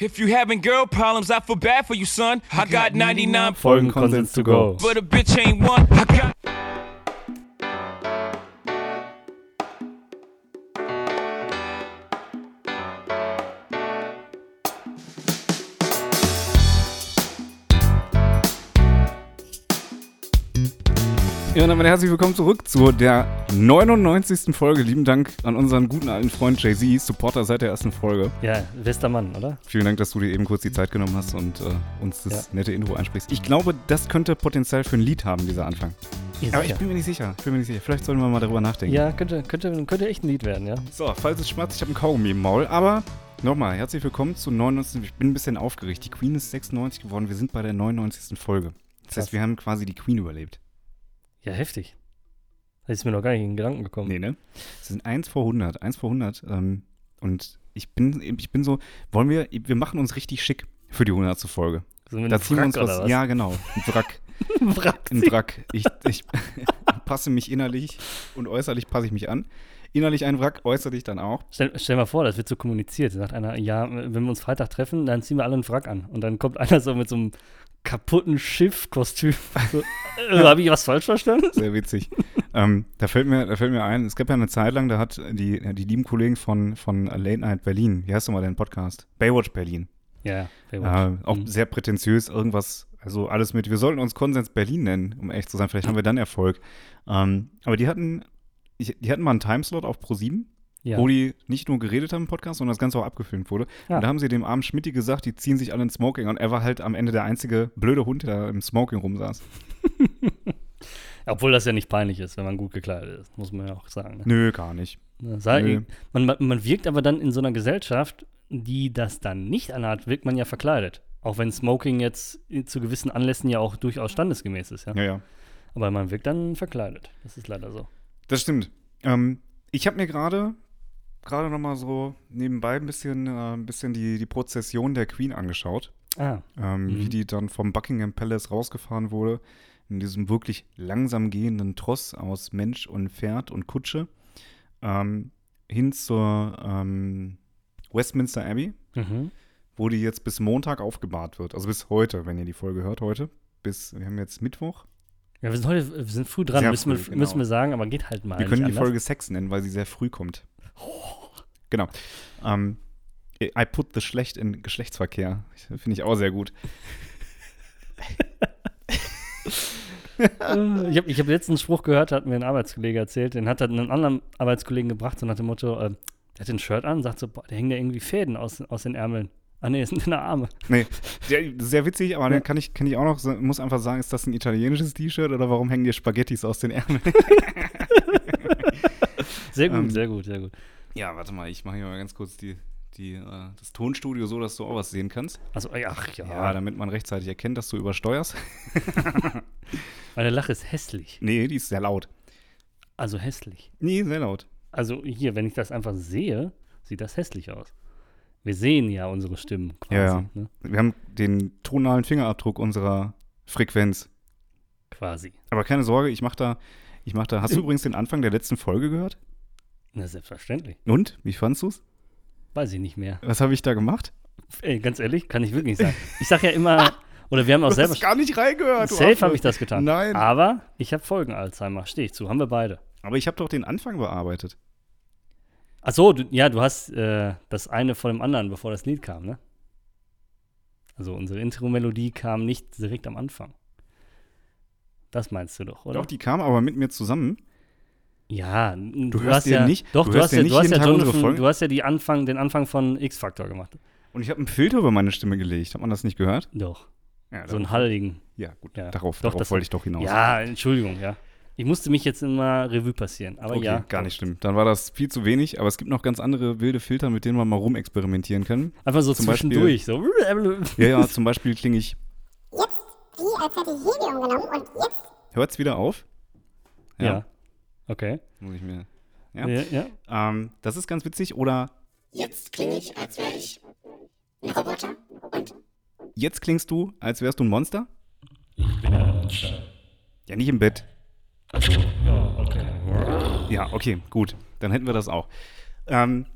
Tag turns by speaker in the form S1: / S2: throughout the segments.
S1: If you having girl problems, I feel bad for you, son. I got 99,
S2: Folgenkonsens to go.
S1: but a bitch ain't one. I got.
S2: Ja, und damit herzlich willkommen zurück zu der 99. Folge. Lieben Dank an unseren guten alten Freund Jay-Z, Supporter seit der ersten Folge.
S3: Ja, bester Mann, oder?
S2: Vielen Dank, dass du dir eben kurz die Zeit genommen hast und äh, uns das nette Intro einsprichst. Ich glaube, das könnte Potenzial für ein Lied haben, dieser Anfang.
S3: Ihr
S2: Aber ich
S3: sicher.
S2: bin mir nicht sicher. Ich bin mir nicht sicher. Vielleicht sollten wir mal darüber nachdenken.
S3: ja, könnte, könnte, könnte echt ein Lied werden, ja.
S2: So, falls es schmerzt, ich habe einen Kaugummi im Maul. Aber nochmal, herzlich willkommen zu 99. Ich bin ein bisschen aufgeregt. Die Queen ist 96 geworden. Wir sind bei der 99. Folge. Das heißt,
S3: Krass.
S2: wir haben quasi die Queen überlebt.
S3: Ja, heftig. Da ist mir noch gar nicht in den Gedanken gekommen.
S2: Nee, ne? Es sind 1 vor 100. 1 vor 100. Ähm, und ich bin, ich bin so, wollen wir, wir machen uns richtig schick für die 100. Folge.
S3: Sind wir
S2: Da
S3: ein
S2: ziehen wir uns
S3: Wrack oder
S2: was. Ja, genau. Ein Wrack.
S3: Ein Wrack.
S2: Ein Wrack. Ich, ich passe mich innerlich und äußerlich passe ich mich an. Innerlich ein Wrack, äußerlich dann auch.
S3: Stell, stell mal vor, das wird so kommuniziert. Sagt einer, ja, wenn wir uns Freitag treffen, dann ziehen wir alle einen Wrack an. Und dann kommt einer so mit so einem kaputten Schiffkostüm. So, äh, Habe ich was falsch verstanden?
S2: Sehr witzig. ähm, da, fällt mir, da fällt mir ein, es gab ja eine Zeit lang, da hat die, die lieben Kollegen von, von Late Night Berlin, wie heißt nochmal dein Podcast? Baywatch Berlin.
S3: Ja, sehr gut.
S2: Ja, auch
S3: Mhm.
S2: sehr prätentiös, irgendwas, also alles mit, wir sollten uns Konsens Berlin nennen, um echt zu sein, vielleicht haben wir dann Erfolg. Ähm, aber die hatten, ich, die hatten mal einen Timeslot auf Pro7,
S3: ja.
S2: wo die nicht nur geredet haben im Podcast, sondern das Ganze auch abgefilmt wurde.
S3: Ja.
S2: Und da haben sie dem armen Schmidti gesagt, die ziehen sich alle in Smoking und er war halt am Ende der einzige blöde Hund, der da im Smoking rumsaß.
S3: Obwohl das ja nicht peinlich ist, wenn man gut gekleidet ist, muss man ja auch sagen. Ne?
S2: Nö, gar nicht.
S3: Ne, sei-
S2: Nö.
S3: Man, man, man wirkt aber dann in so einer Gesellschaft, die das dann nicht anhat, wirkt man ja verkleidet. Auch wenn Smoking jetzt zu gewissen Anlässen ja auch durchaus standesgemäß ist, ja.
S2: Ja, ja.
S3: Aber man wirkt dann verkleidet. Das ist leider so.
S2: Das stimmt. Ähm, ich habe mir gerade gerade noch mal so nebenbei ein bisschen, äh, ein bisschen die, die Prozession der Queen angeschaut,
S3: Ah,
S2: ähm,
S3: Mhm.
S2: wie die dann vom Buckingham Palace rausgefahren wurde in diesem wirklich langsam gehenden Tross aus Mensch und Pferd und Kutsche ähm, hin zur ähm, Westminster Abbey,
S3: mhm.
S2: wo die jetzt bis Montag aufgebahrt wird, also bis heute, wenn ihr die Folge hört heute. Bis, wir haben jetzt Mittwoch.
S3: Ja, wir sind heute wir sind früh dran,
S2: Sehr
S3: müssen, wir,
S2: früh, genau.
S3: müssen wir sagen, aber geht halt mal.
S2: Wir können die
S3: nicht anders.
S2: Folge Sex nennen, weil sie sehr früh kommt. Genau. Ähm, I put the schlecht in Geschlechtsverkehr. Finde ich auch sehr gut.
S3: Äh, Ich habe ich hab letzten Spruch gehört, hat mir ein Arbeitskollege erzählt, den hat er einen anderen Arbeitskollegen gebracht, so nach dem Motto, äh, der hat ein Shirt an, sagt so, boah, der hängen da irgendwie Fäden aus, aus den Ärmeln. Ah nee, das sind deine Arme.
S2: Nee, sehr, sehr witzig, aber dann kann ich, kann ich auch noch, sa- muss einfach sagen, ist das ein italienisches T-Shirt oder warum hängen dir Spaghettis aus den Ärmeln?
S3: Sehr gut,
S2: Ähm,
S3: sehr gut, sehr gut.
S2: Ja, warte mal, ich mache hier mal ganz kurz die, die, äh, das Tonstudio so, dass du auch was sehen kannst.
S3: Also, ey, ach ja.
S2: Ja, damit man rechtzeitig erkennt, dass du übersteuerst.
S3: Meine Lache ist hässlich.
S2: Nee, die ist sehr laut.
S3: Also hässlich.
S2: Nee, sehr laut.
S3: Also hier, wenn ich das einfach sehe, sieht das hässlich aus. Wir sehen ja unsere Stimmen quasi.
S2: Ja, ja.
S3: Ne?
S2: Wir haben den tonalen Fingerabdruck unserer Frequenz.
S3: Quasi.
S2: Aber keine Sorge, ich mach da, ich mach da. Hast du
S3: Im-
S2: übrigens den Anfang der letzten Folge gehört?
S3: Na, selbstverständlich.
S2: Und? Wie fandst du's?
S3: Weiß ich nicht mehr.
S2: Was habe ich da gemacht?
S3: Ey, ganz ehrlich, kann ich wirklich nicht sagen. Ich sag ja immer, oder wir haben auch selber.
S2: gar nicht reingehört. du
S3: Safe
S2: Affe.
S3: habe ich das getan.
S2: Nein.
S3: Aber ich habe Folgen-Alzheimer, stehe ich zu. Haben wir beide.
S2: Aber ich habe doch den Anfang bearbeitet.
S3: Ach so, du, ja, du hast äh, das eine vor dem anderen, bevor das Lied kam, ne? Also unsere Intro-Melodie kam nicht direkt am Anfang. Das meinst du doch, oder?
S2: Doch, die kam aber mit mir zusammen.
S3: Ja, du,
S2: hörst
S3: hast
S2: dir
S3: ja
S2: nicht-
S3: Doch,
S2: du
S3: du,
S2: hörst
S3: hast ja,
S2: dir nicht
S3: du hast
S2: jeden
S3: ja
S2: Tag unsere
S3: Jonathan,
S2: Folgen?
S3: du hast ja die Anfang, den Anfang von X-Factor gemacht.
S2: Und ich habe einen Filter über meine Stimme gelegt. Hat man das nicht gehört?
S3: Doch,
S2: Ja,
S3: so einen
S2: darauf-
S3: halligen.
S2: Ja, gut.
S3: ja.
S2: Darauf,
S3: Doch,
S2: darauf
S3: das-
S2: wollte ich doch hinaus.
S3: Ja, Entschuldigung, ja. Ich musste mich jetzt immer Revue passieren, aber
S2: okay,
S3: oh ja.
S2: gar nicht schlimm. Dann war das viel zu wenig, aber es gibt noch ganz andere wilde Filter, mit denen man mal rumexperimentieren kann.
S3: Einfach so
S2: Zum Beispiel-
S3: zwischendurch, so.
S2: Ja, ja, zum Beispiel klinge ich,
S4: Jetzt, wie als hätte ich Helium genommen und jetzt
S2: hört's wieder auf?
S3: Ja. Okay.
S2: Muss ich mir. Ja.
S3: Ja. ja.
S2: Ähm, das ist ganz witzig. Oder
S4: Jetzt klinge ich, als wäre ich ein Roboter. Und
S2: Jetzt klingst du, als wärst du ein Monster? Ich bin ein Monster. Ja, nicht im Bett. ja, okay. Ja, okay, gut. Dann hätten wir das auch. Ähm,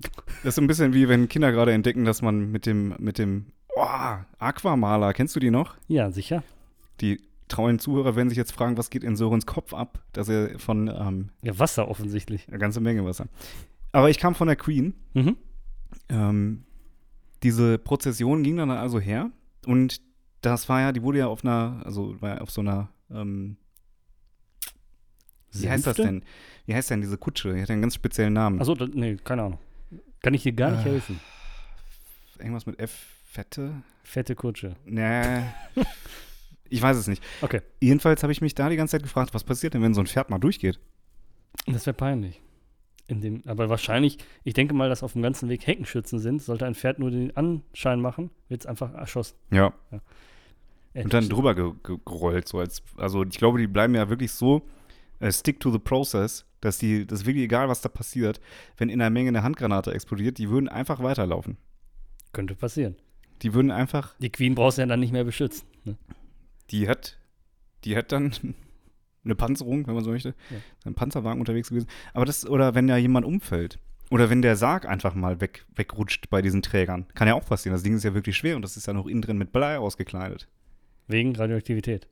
S2: Das ist so ein bisschen wie wenn Kinder gerade entdecken, dass man mit dem, mit dem oh, Aquamaler, kennst du die noch?
S3: Ja, sicher.
S2: Die treuen Zuhörer werden sich jetzt fragen, was geht in Sörens Kopf ab, dass er von ähm,
S3: Ja, Wasser offensichtlich.
S2: eine ganze Menge Wasser. Aber ich kam von der Queen.
S3: Mhm.
S2: Ähm, diese Prozession ging dann also her und das war ja, die wurde ja auf einer, also war ja auf so einer, ähm, wie heißt das
S3: Sänfte? Also
S2: denn? Wie heißt denn diese Kutsche? Die hat einen ganz speziellen Namen.
S3: Achso, da- nee, keine Ahnung. Kann ich dir gar nicht
S2: Äh.
S3: helfen.
S2: Irgendwas mit F, Fette?
S3: Fette Kutsche.
S2: Nee. ich weiß es nicht.
S3: Okay,
S2: Jedenfalls habe ich mich da die ganze Zeit gefragt, was passiert denn, wenn so ein Pferd mal durchgeht?
S3: das wäre peinlich. In dem, aber wahrscheinlich, ich denke mal, dass auf dem ganzen Weg Heckenschützen sind. Sollte ein Pferd nur den Anschein machen, wird es einfach erschossen.
S2: Ja.
S3: Äh,
S2: Und dann drüber ge ge gerollt. So als, also ich glaube, die bleiben ja wirklich so äh, stick to the process, dass die, das ist wirklich egal, was da passiert, wenn in der Menge eine Handgranate explodiert, die würden einfach weiterlaufen.
S3: Könnte passieren.
S2: Die würden einfach,
S3: Die Queen brauchst du ja dann nicht mehr beschützen. Ne?
S2: die hat, die hat dann eine Panzerung, wenn man so möchte,
S3: Ja.
S2: ein Panzerwagen unterwegs gewesen. Aber das, oder wenn da jemand umfällt. Oder wenn der Sarg einfach mal weg, wegrutscht bei diesen Trägern. Kann ja auch passieren. Das Ding ist ja wirklich schwer und das ist ja noch innen drin mit Blei ausgekleidet.
S3: Wegen Radioaktivität.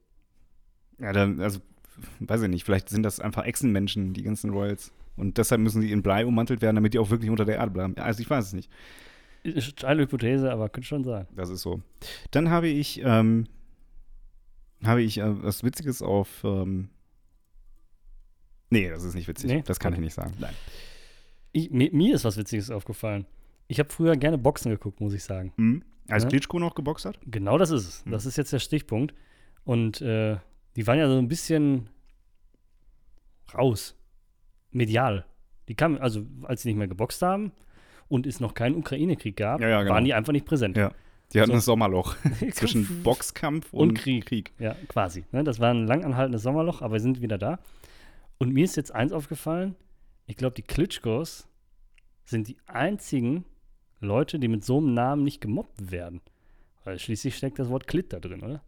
S2: Ja, dann, also, weiß ich nicht, vielleicht sind das einfach Echsenmenschen, die ganzen Royals. Und deshalb müssen die in Blei ummantelt werden, damit die auch wirklich unter der Erde bleiben. Also ich weiß es nicht.
S3: Ist Steile Hypothese, aber könnte schon sein.
S2: Das ist so. Dann habe ich, ähm, habe ich äh, was Witziges auf, ähm, nee, das ist nicht witzig.
S3: Nee?
S2: Das kann ich
S3: Okay.
S2: nicht sagen. Nein.
S3: Ich, mir, mir ist was Witziges aufgefallen. Ich habe früher gerne Boxen geguckt, muss ich sagen.
S2: Hm? Als
S3: Ja.
S2: Klitschko noch geboxt hat?
S3: Genau das ist
S2: Hm.
S3: es. Das ist jetzt der Stichpunkt. Und äh, die waren ja so ein bisschen raus. Medial. Die kamen, also als sie nicht mehr geboxt haben und es noch keinen Ukraine-Krieg gab,
S2: Ja, ja, genau.
S3: waren die einfach nicht präsent.
S2: Ja. Die hatten
S3: So.
S2: ein Sommerloch zwischen Boxkampf und,
S3: Also Und Krieg. Ja, quasi. Ne? Das war ein lang anhaltendes Sommerloch, aber wir sind wieder da. Und mir ist jetzt eins aufgefallen. Ich glaube, die Klitschkos sind die einzigen Leute, die mit so einem Namen nicht gemobbt werden. Weil schließlich steckt das Wort Klit da drin, oder?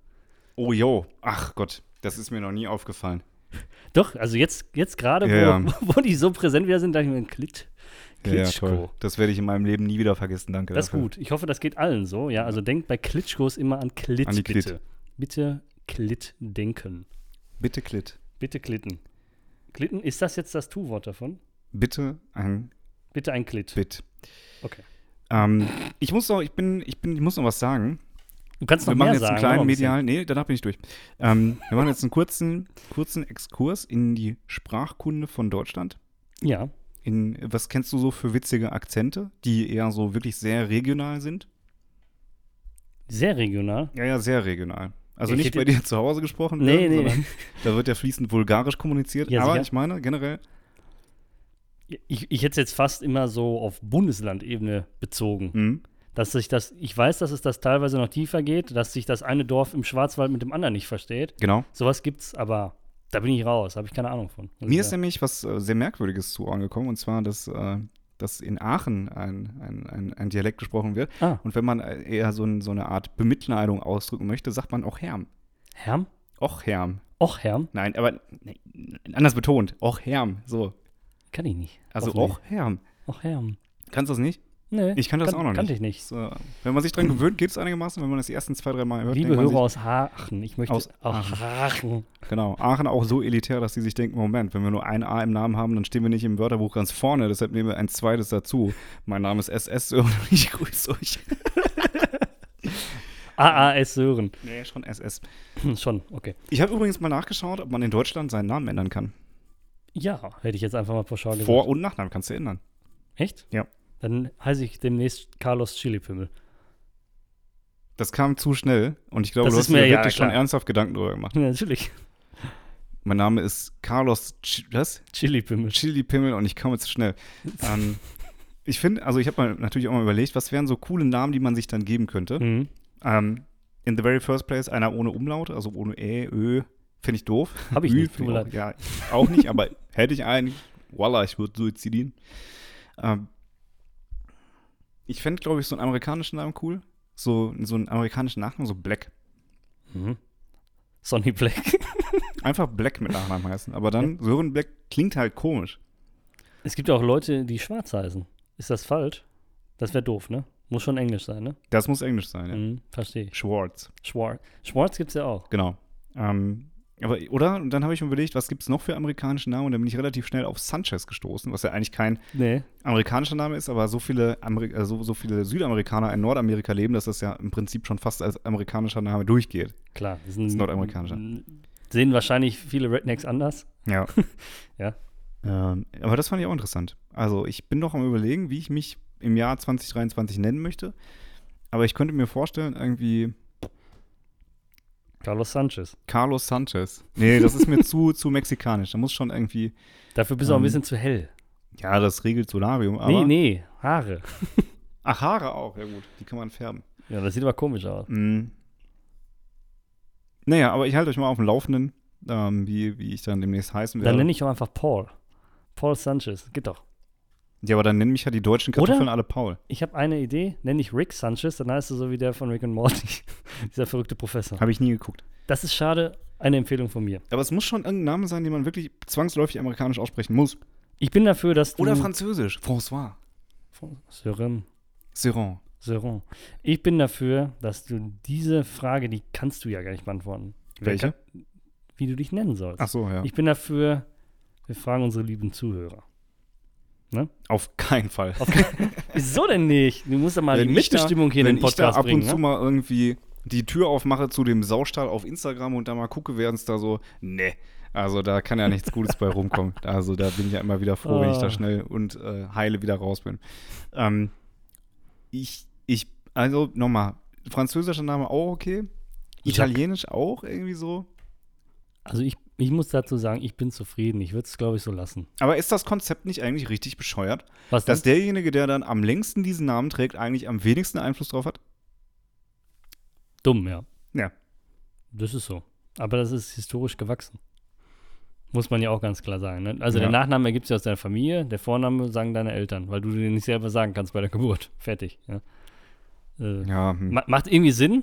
S2: Oh jo, ach Gott, das ist mir noch nie aufgefallen.
S3: Doch, also jetzt, jetzt gerade,
S2: Ja,
S3: wo,
S2: ja.
S3: wo die so präsent wieder sind, dachte ich mir, Klit, Klitschko.
S2: Das werde ich in meinem Leben nie wieder vergessen, danke
S3: das ist
S2: dafür.
S3: gut. Ich hoffe, das geht allen so. Ja, also denkt bei Klitschkos immer an Klit,
S2: An die Klit.
S3: bitte. Bitte Klit denken.
S2: Bitte Klit.
S3: Bitte Klitten. Klitten, ist das jetzt das Tu-Wort davon?
S2: Bitte ein
S3: Bitte ein Klit.
S2: Bit.
S3: Okay.
S2: Ähm, ich muss noch, ich bin, ich bin, ich muss noch was sagen.
S3: Du kannst noch
S2: Wir machen
S3: mehr
S2: jetzt
S3: sagen.
S2: einen
S3: noch
S2: kleinen
S3: ein bisschen.
S2: medialen, nee, danach bin ich durch. Ähm, wir machen jetzt einen kurzen, kurzen Exkurs in die Sprachkunde von Deutschland.
S3: Ja,
S2: In, was kennst du so für witzige Akzente, die eher so wirklich sehr regional sind?
S3: sehr regional.
S2: Ja, ja, sehr regional. Also
S3: Ich
S2: nicht
S3: hätte-
S2: bei dir zu Hause gesprochen.
S3: Nee,
S2: wird,
S3: nee.
S2: sondern Da wird ja fließend vulgarisch kommuniziert.
S3: Ja,
S2: aber
S3: sicher.
S2: ich meine, generell,
S3: Ich, ich hätte es jetzt fast immer so auf Bundeslandebene bezogen.
S2: hm,
S3: Dass sich das, ich weiß, dass es das teilweise noch tiefer geht, dass sich das eine Dorf im Schwarzwald mit dem anderen nicht versteht.
S2: genau.
S3: Sowas gibt's, aber da bin ich raus, habe ich keine Ahnung von. Also
S2: Mir ist
S3: da-
S2: nämlich was äh, sehr Merkwürdiges zu Ohren gekommen, und zwar, dass, äh, dass in Aachen ein, ein, ein, ein Dialekt gesprochen wird.
S3: Ah.
S2: Und wenn man äh, eher so, ein, so eine Art Bemitleidung ausdrücken möchte, sagt man auch Herm.
S3: Herm?
S2: Och Herm.
S3: Och, Herm?
S2: Nein, aber nee, anders betont. Och Herm. So.
S3: Kann ich nicht.
S2: Also
S3: Och, nee.
S2: Och Herm.
S3: Och, Herm.
S2: Kannst du das nicht?
S3: Nee.
S2: Ich kann das auch noch nicht.
S3: Kannte ich nicht.
S2: So. Wenn man sich dran gewöhnt, geht es einigermaßen. Wenn man das die ersten zwei, drei Mal hört,
S3: Liebe
S2: denkt man
S3: Hörer aus Aachen, ich möchte
S2: Aus
S3: Aachen.
S2: sich, genau. Aachen auch so elitär, dass sie sich denken, Moment, wenn wir nur ein A im Namen haben, dann stehen wir nicht im Wörterbuch ganz vorne. Deshalb nehmen wir ein zweites dazu. Mein Name ist SS und ich grüße euch.
S3: AAS Sören.
S2: Nee, schon SS.
S3: Hm, Schon, okay.
S2: Ich habe übrigens mal nachgeschaut, ob man in Deutschland seinen Namen ändern kann.
S3: Ja, hätte ich jetzt einfach mal pauschal gesagt.
S2: Vor- und Nachnamen kannst du ändern.
S3: Echt?
S2: Ja.
S3: Dann heiße ich demnächst Carlos Chilipimmel.
S2: Das kam zu schnell und ich glaube,
S3: Das
S2: du
S3: ist
S2: hast mir
S3: mir- ja,
S2: wirklich schon
S3: klar.
S2: ernsthaft Gedanken darüber gemacht.
S3: Ja, natürlich.
S2: Mein Name ist Carlos Ch was?
S3: Chilipimmel.
S2: Chili Pimmel und ich komme zu schnell. ähm, ich finde, also ich habe mal natürlich auch mal überlegt, was wären so coole Namen, die man sich dann geben könnte.
S3: Mhm.
S2: Ähm, in the very first place einer ohne Umlaut, also ohne Ä, Ö, finde ich doof.
S3: Hab ich
S2: Ü
S3: nicht,
S2: find
S3: tut mir
S2: auch, ja, auch nicht, aber hätte ich einen, voila, ich würde suizidieren. Ähm, ich fände, glaube ich, so einen amerikanischen Namen cool. So, so einen amerikanischen Nachnamen, so Black.
S3: Mhm. Sonny Black.
S2: Einfach Black mit Nachnamen heißen. Aber dann, Sören Black klingt halt komisch.
S3: es gibt ja auch Leute, die schwarz heißen. Ist das falsch? Das wäre doof, ne? Muss schon Englisch sein, ne?
S2: Das muss Englisch sein, ja.
S3: Mhm, Verstehe ich.
S2: Schwartz,
S3: Schwarz. Schwarz gibt's ja auch.
S2: genau. Ähm, aber, oder? Und dann habe ich mir überlegt, was gibt es noch für amerikanische Namen? Und dann bin ich relativ schnell auf Sanchez gestoßen, was ja eigentlich kein
S3: Nee.
S2: amerikanischer Name ist, aber so viele, Ameri äh, so, so viele Südamerikaner in Nordamerika leben, dass das ja im Prinzip schon fast als amerikanischer Name durchgeht.
S3: Klar, das sind
S2: Ist nordamerikanischer.
S3: Sehen wahrscheinlich viele Rednecks anders.
S2: Ja.
S3: Ja.
S2: Ähm, aber das fand ich auch interessant. Also ich bin noch am überlegen, wie ich mich im Jahr 2023 nennen möchte. Aber ich könnte mir vorstellen, irgendwie
S3: Carlos Sanchez.
S2: Carlos Sanchez. Nee, das ist mir zu, zu mexikanisch. Da muss schon irgendwie,
S3: Dafür bist du auch ein
S2: Ähm,
S3: bisschen zu hell.
S2: ja, das regelt Solarium, aber.
S3: Nee, nee, Haare.
S2: Ach, Haare auch, ja gut, die kann man färben.
S3: Ja, das sieht aber komisch aus.
S2: Mhm. Naja, aber ich halte euch mal auf dem Laufenden, ähm, wie, wie ich dann demnächst heißen werde.
S3: Dann nenne ich auch einfach Paul. Paul Sanchez. Geht doch.
S2: ja, aber dann nennen mich ja die deutschen
S3: Oder?
S2: Kartoffeln alle Paul.
S3: Ich habe eine Idee. Nenne ich Rick Sanchez, dann heißt du so wie der von Rick and Morty. Dieser verrückte Professor.
S2: Habe ich nie geguckt.
S3: Das ist schade. Eine Empfehlung von mir.
S2: Aber es muss schon irgendein Name sein, den man wirklich zwangsläufig amerikanisch aussprechen muss.
S3: Ich bin dafür, dass du.
S2: Oder französisch. François.
S3: Sören.
S2: Seron.
S3: Sören. Ich bin dafür, dass du diese Frage, die kannst du ja gar nicht beantworten. Wer
S2: Welche?
S3: kann- Wie du dich nennen sollst.
S2: Ach so, ja.
S3: Ich bin dafür, wir fragen unsere lieben Zuhörer.
S2: Auf keinen Fall.
S3: Wieso denn nicht? Du musst doch mal die
S2: ich da-
S3: Mitbestimmung hier in
S2: Ah, wenn
S3: den
S2: ich
S3: Podcast
S2: da ab
S3: bringen.
S2: und zu
S3: ne?
S2: mal irgendwie die Tür aufmache zu dem Saustall auf Instagram und da mal gucke, werden es da so, ne. Also da kann ja nichts Gutes bei rumkommen. Also da bin ich ja immer wieder froh, wenn ich
S3: Ah.
S2: da schnell und äh, heile wieder raus bin. Ähm, ich, ich, also nochmal, französischer Name auch okay.
S3: Jacques.
S2: Italienisch auch irgendwie so.
S3: Also ich, ich muss dazu sagen, ich bin zufrieden. Ich würde es, glaube ich, so lassen.
S2: Aber ist das Konzept nicht eigentlich richtig bescheuert?
S3: Was
S2: Dass
S3: denn?
S2: derjenige, der dann am längsten diesen Namen trägt, eigentlich am wenigsten Einfluss drauf hat?
S3: Dumm, ja.
S2: Ja.
S3: Das ist so. Aber das ist historisch gewachsen. Muss man ja auch ganz klar sagen. Ne? Also
S2: Ja.
S3: der Nachname ergibt sich aus deiner Familie, der Vorname sagen deine Eltern, weil du den nicht selber sagen kannst bei der Geburt. Fertig. Ja. Äh,
S2: Ja, hm.
S3: Ma macht irgendwie Sinn,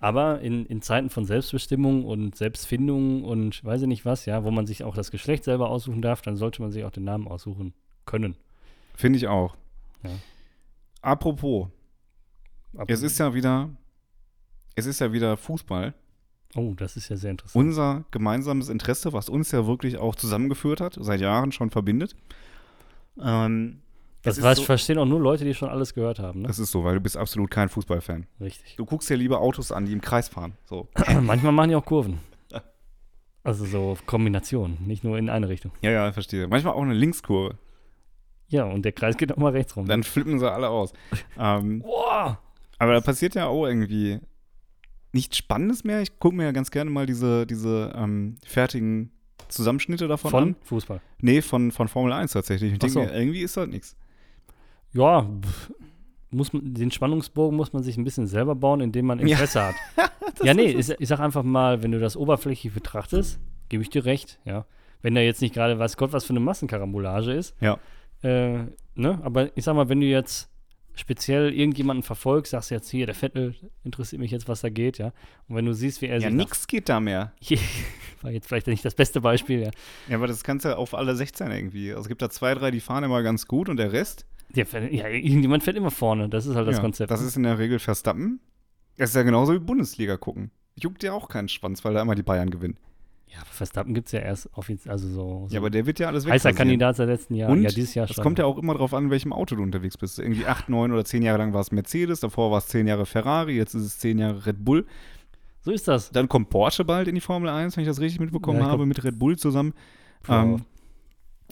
S3: aber in, in Zeiten von Selbstbestimmung und Selbstfindung und weiß ich nicht was, ja, wo man sich auch das Geschlecht selber aussuchen darf, dann sollte man sich auch den Namen aussuchen können.
S2: Finde ich auch.
S3: Ja.
S2: Apropos,
S3: Ab-
S2: es ist ja wieder, es ist ja wieder Fußball.
S3: oh, das ist ja sehr interessant.
S2: Unser gemeinsames Interesse, was uns ja wirklich auch zusammengeführt hat, seit Jahren schon verbindet. Ähm,
S3: das
S2: es
S3: weiß,
S2: ist so,
S3: verstehen auch nur Leute, die schon alles gehört haben, ne?
S2: das ist so, weil du bist absolut kein Fußballfan.
S3: Richtig.
S2: Du guckst dir lieber Autos an, die im Kreis fahren. So.
S3: Manchmal machen die auch Kurven. Also so Kombinationen, nicht nur in eine Richtung.
S2: Ja, ja, verstehe. Manchmal auch eine Linkskurve.
S3: Ja, und der Kreis geht auch mal rechts rum.
S2: Dann flippen sie alle aus. ähm,
S3: Boah!
S2: Aber da passiert ja auch irgendwie nichts Spannendes mehr. Ich gucke mir ja ganz gerne mal diese, diese ähm, fertigen Zusammenschnitte davon
S3: Von,
S2: an.
S3: Fußball.
S2: Nee, von, von Formel 1 tatsächlich. Ich
S3: Ach
S2: denke
S3: so.
S2: mir, irgendwie ist das nichts.
S3: Ja, pff, muss man, den Spannungsbogen muss man sich ein bisschen selber bauen, indem man
S2: Ja.
S3: Interesse hat. ja, nee, ich, ich sag einfach mal, wenn du das oberflächlich betrachtest, gebe ich dir recht, ja. Wenn da jetzt nicht gerade, weiß Gott, was für eine Massenkarambolage ist.
S2: Ja.
S3: Äh, ne? Aber ich sag mal, wenn du jetzt speziell irgendjemanden verfolgst, sagst du jetzt hier, der Vettel interessiert mich jetzt, was da geht, ja. Und wenn du siehst, wie er
S2: Ja,
S3: sich. nach-
S2: nichts geht da mehr.
S3: war jetzt vielleicht nicht das beste Beispiel, ja.
S2: Ja, aber das kannst du ja auf alle 16 irgendwie. Also es gibt da zwei, drei, die fahren immer ganz gut und der Rest.
S3: Der, Vettel- ja, irgendjemand fährt immer vorne, das ist halt das
S2: ja,
S3: Konzept.
S2: Das ist in der Regel Verstappen. Das ist ja genauso wie Bundesliga gucken. Juckt dir auch keinen Schwanz, weil da immer die Bayern gewinnen.
S3: ja, Verstappen gibt es ja erst offiziell, also so, so
S2: Ja, aber der wird ja alles weg.
S3: Heißer Kandidat seit letzten Jahr.
S2: Und
S3: ja, dieses Jahr
S2: es
S3: schon.
S2: kommt ja auch immer drauf an, welchem Auto du unterwegs bist. Irgendwie acht, neun oder zehn Jahre lang war es Mercedes, davor war es zehn Jahre Ferrari, jetzt ist es zehn Jahre Red Bull.
S3: so ist das.
S2: Dann kommt Porsche bald in die Formel 1, wenn ich das richtig mitbekommen
S3: Ja, ich glaub-
S2: habe, mit Red Bull zusammen.
S3: Ähm,
S2: Ähm,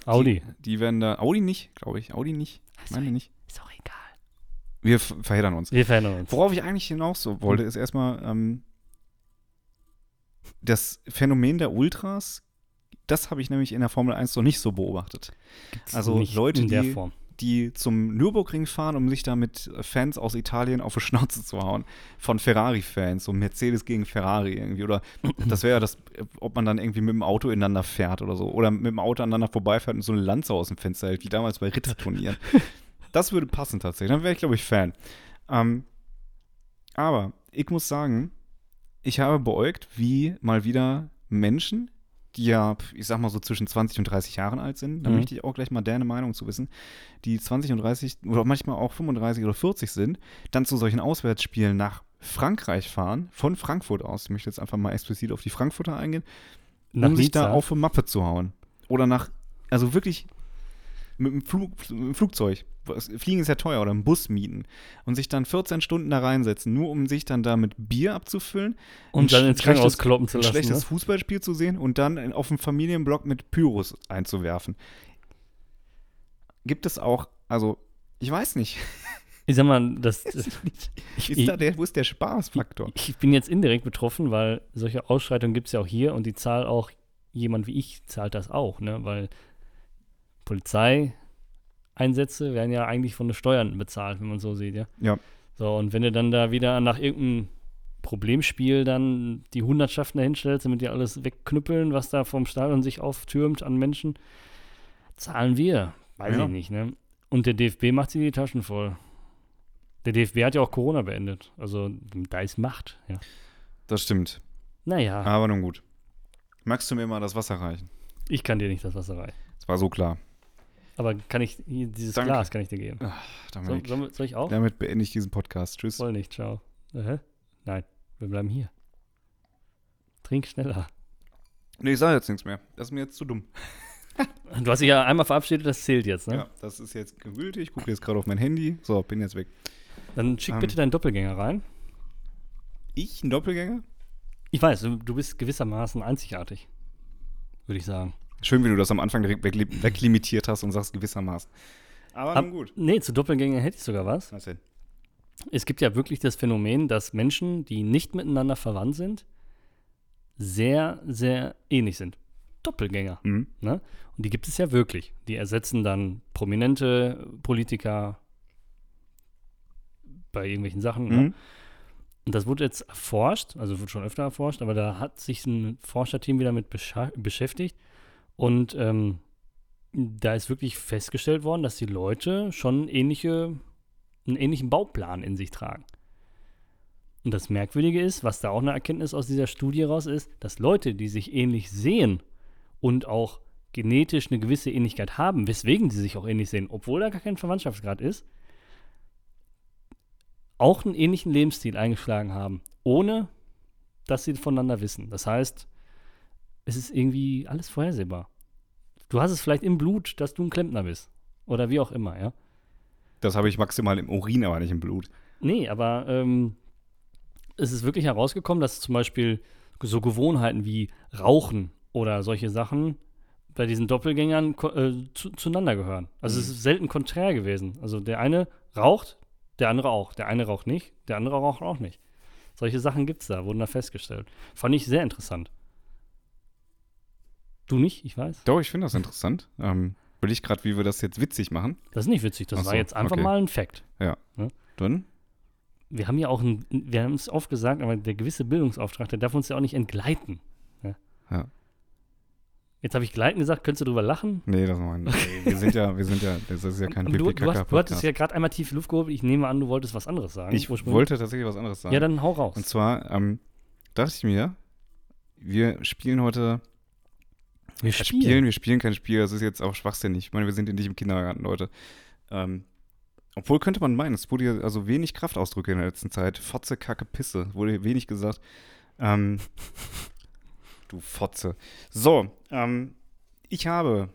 S3: Audi.
S2: Die, die werden da. Audi nicht, glaube ich. Audi nicht. Meine nicht.
S3: Ist auch egal.
S2: Wir f- verheddern uns.
S3: Wir verändern uns.
S2: Worauf ich eigentlich hinaus so wollte, ist erstmal ähm, das Phänomen der Ultras. Das habe ich nämlich in der Formel 1 noch nicht so beobachtet.
S3: Gibt's
S2: also Leute,
S3: in der
S2: die-
S3: Form.
S2: Die zum Nürburgring fahren, um sich da mit Fans aus Italien auf die Schnauze zu hauen. Von Ferrari-Fans, so Mercedes gegen Ferrari irgendwie. Oder das wäre ja das, äh, ob man dann irgendwie mit dem Auto ineinander fährt oder so. Oder mit dem Auto aneinander vorbeifährt und so eine Lanze aus dem Fenster hält, wie damals bei Ritterturnieren. das würde passen tatsächlich. Dann wäre ich, glaube ich, Fan. Ähm, aber ich muss sagen, ich habe beäugt, wie mal wieder Menschen die ja, pf, ich sag mal so zwischen 20 und 30 Jahren alt sind, da
S3: Mhm.
S2: möchte ich auch gleich mal deine Meinung zu wissen, die 20 und 30 oder manchmal auch 35 oder 40 sind, dann zu solchen Auswärtsspielen nach Frankreich fahren, von Frankfurt aus. Ich möchte jetzt einfach mal explizit auf die Frankfurter eingehen,
S3: Nach
S2: um sich da
S3: Nizza.
S2: auf eine Mappe zu hauen. Oder nach, also wirklich mit dem, Flug, mit dem Flugzeug. Was- Fliegen ist ja teuer oder im Bus mieten. Und sich dann 14 Stunden da reinsetzen, nur um sich dann da mit Bier abzufüllen.
S3: Und dann ins
S2: schlechtes-
S3: Krankenhaus kloppen zu
S2: ein
S3: lassen,
S2: Schlechtes
S3: ne?
S2: Fußballspiel zu sehen und dann in- auf dem Familienblock mit Pyros einzuwerfen. Gibt es auch, also, ich weiß nicht.
S3: Ich sag mal, das,
S2: Ist da der, wo ist der Spaßfaktor?
S3: ich bin jetzt indirekt betroffen, weil solche Ausschreitungen gibt es ja auch hier und die zahlt auch jemand wie ich, zahlt das auch, ne? Weil Polizeieinsätze werden ja eigentlich von den Steuern bezahlt, wenn man so sieht, ja.
S2: Ja.
S3: So, und wenn du dann da wieder nach irgendeinem Problemspiel dann die Hundertschaften dahinstellst, damit die alles wegknüppeln, was da vom Stadion sich auftürmt an Menschen, zahlen wir. Weiß
S2: Ja.
S3: ich nicht, ne? Und der DFB macht sich die Taschen voll. Der DFB hat ja auch Corona beendet. Also da ist Macht, ja.
S2: Das stimmt.
S3: Naja,
S2: Aber nun gut. Magst du mir mal das Wasser reichen?
S3: ich kann dir nicht das Wasser reichen.
S2: Das war so klar.
S3: Aber kann ich, hier, dieses
S2: Danke.
S3: Glas kann ich dir geben. So,
S2: Dominik.
S3: soll, wir- soll ich auch?
S2: Damit beende ich diesen Podcast. Tschüss.
S3: Voll nicht, ciao. Hä? Nein, wir bleiben hier. Trink schneller.
S2: Nee, ich sage jetzt nichts mehr. Das ist mir jetzt zu dumm.
S3: Du hast dich ja einmal verabschiedet, das zählt jetzt, ne?
S2: Ja, das ist jetzt gültig. Ich gucke jetzt gerade auf mein Handy. So, bin jetzt weg.
S3: Dann schick
S2: Ähm.
S3: bitte deinen Doppelgänger rein.
S2: Ich, ein Doppelgänger?
S3: Ich weiß, du du bist gewissermaßen einzigartig, würde ich sagen.
S2: Schön, wie du das am Anfang direkt wegli- weglimitiert hast und sagst gewissermaßen. Aber
S3: Ab-
S2: nun gut.
S3: Nee, zu Doppelgänger hätte ich sogar was.
S2: Was denn?
S3: Es gibt ja wirklich das Phänomen, dass Menschen, die nicht miteinander verwandt sind, sehr, sehr ähnlich sind. Doppelgänger.
S2: Hm?
S3: Ne? Und die gibt es ja wirklich. Die ersetzen dann prominente Politiker bei irgendwelchen Sachen. Ne?
S2: Hm?
S3: Und das wurde jetzt erforscht, also wurde schon öfter erforscht, aber da hat sich ein Forscherteam wieder mit bescha- beschäftigt. Und ähm, da ist wirklich festgestellt worden, dass die Leute schon ähnliche, einen ähnlichen Bauplan in sich tragen. Und das Merkwürdige ist, was da auch eine Erkenntnis aus dieser Studie raus ist, dass Leute, die sich ähnlich sehen und auch genetisch eine gewisse Ähnlichkeit haben, weswegen sie sich auch ähnlich sehen, obwohl da gar kein Verwandtschaftsgrad ist, auch einen ähnlichen Lebensstil eingeschlagen haben, ohne dass sie voneinander wissen. Das heißt, es ist irgendwie alles vorhersehbar. Du hast es vielleicht im Blut, dass du ein Klempner bist. Oder wie auch immer, ja.
S2: Das habe ich maximal im Urin, aber nicht im Blut.
S3: Nee, aber ähm, es ist wirklich herausgekommen, dass zum Beispiel so Gewohnheiten wie Rauchen oder solche Sachen bei diesen Doppelgängern ko- äh, zu, zueinander gehören. Also
S2: Mhm.
S3: es ist selten konträr gewesen. Also der eine raucht, der andere auch. Der eine raucht nicht, der andere raucht auch nicht. Solche Sachen gibt es da, wurden da festgestellt. Fand ich sehr interessant. Du nicht, ich weiß.
S2: Doch, ich finde das interessant. Ähm, will ich gerade, wie wir das jetzt witzig machen?
S3: Das ist nicht witzig, das
S2: Ach
S3: war
S2: so,
S3: jetzt einfach
S2: okay.
S3: mal ein Fact.
S2: Dann?
S3: wir haben ja auch, ein, wir haben es oft gesagt, aber der gewisse Bildungsauftrag, der darf uns ja auch nicht entgleiten. ne?
S2: Ja.
S3: Jetzt habe ich gleiten gesagt, könntest du drüber lachen?
S2: Nee, das machen wir nicht. Wir sind ja, wir sind ja, das ist ja kein
S3: Und du, du, hast, du hattest
S2: Pipi-Kaka-Podcast.
S3: ja gerade einmal tief Luft geholt. Ich nehme an, du wolltest was anderes sagen.
S2: Ich
S3: ursprünglich.
S2: wollte tatsächlich was anderes sagen.
S3: Ja, dann hau raus.
S2: Und zwar ähm, dachte ich mir, wir spielen heute
S3: wir
S2: Ja, Spielen. wir spielen kein Spiel, das ist jetzt auch schwachsinnig. Ich meine, wir sind ja nicht im Kindergarten, Leute. Ähm, obwohl könnte man meinen, es wurde ja also wenig Kraftausdrücke in der letzten Zeit. Fotze, Kacke, Pisse, wurde hier wenig gesagt. Ähm, du Fotze. So, ähm, ich habe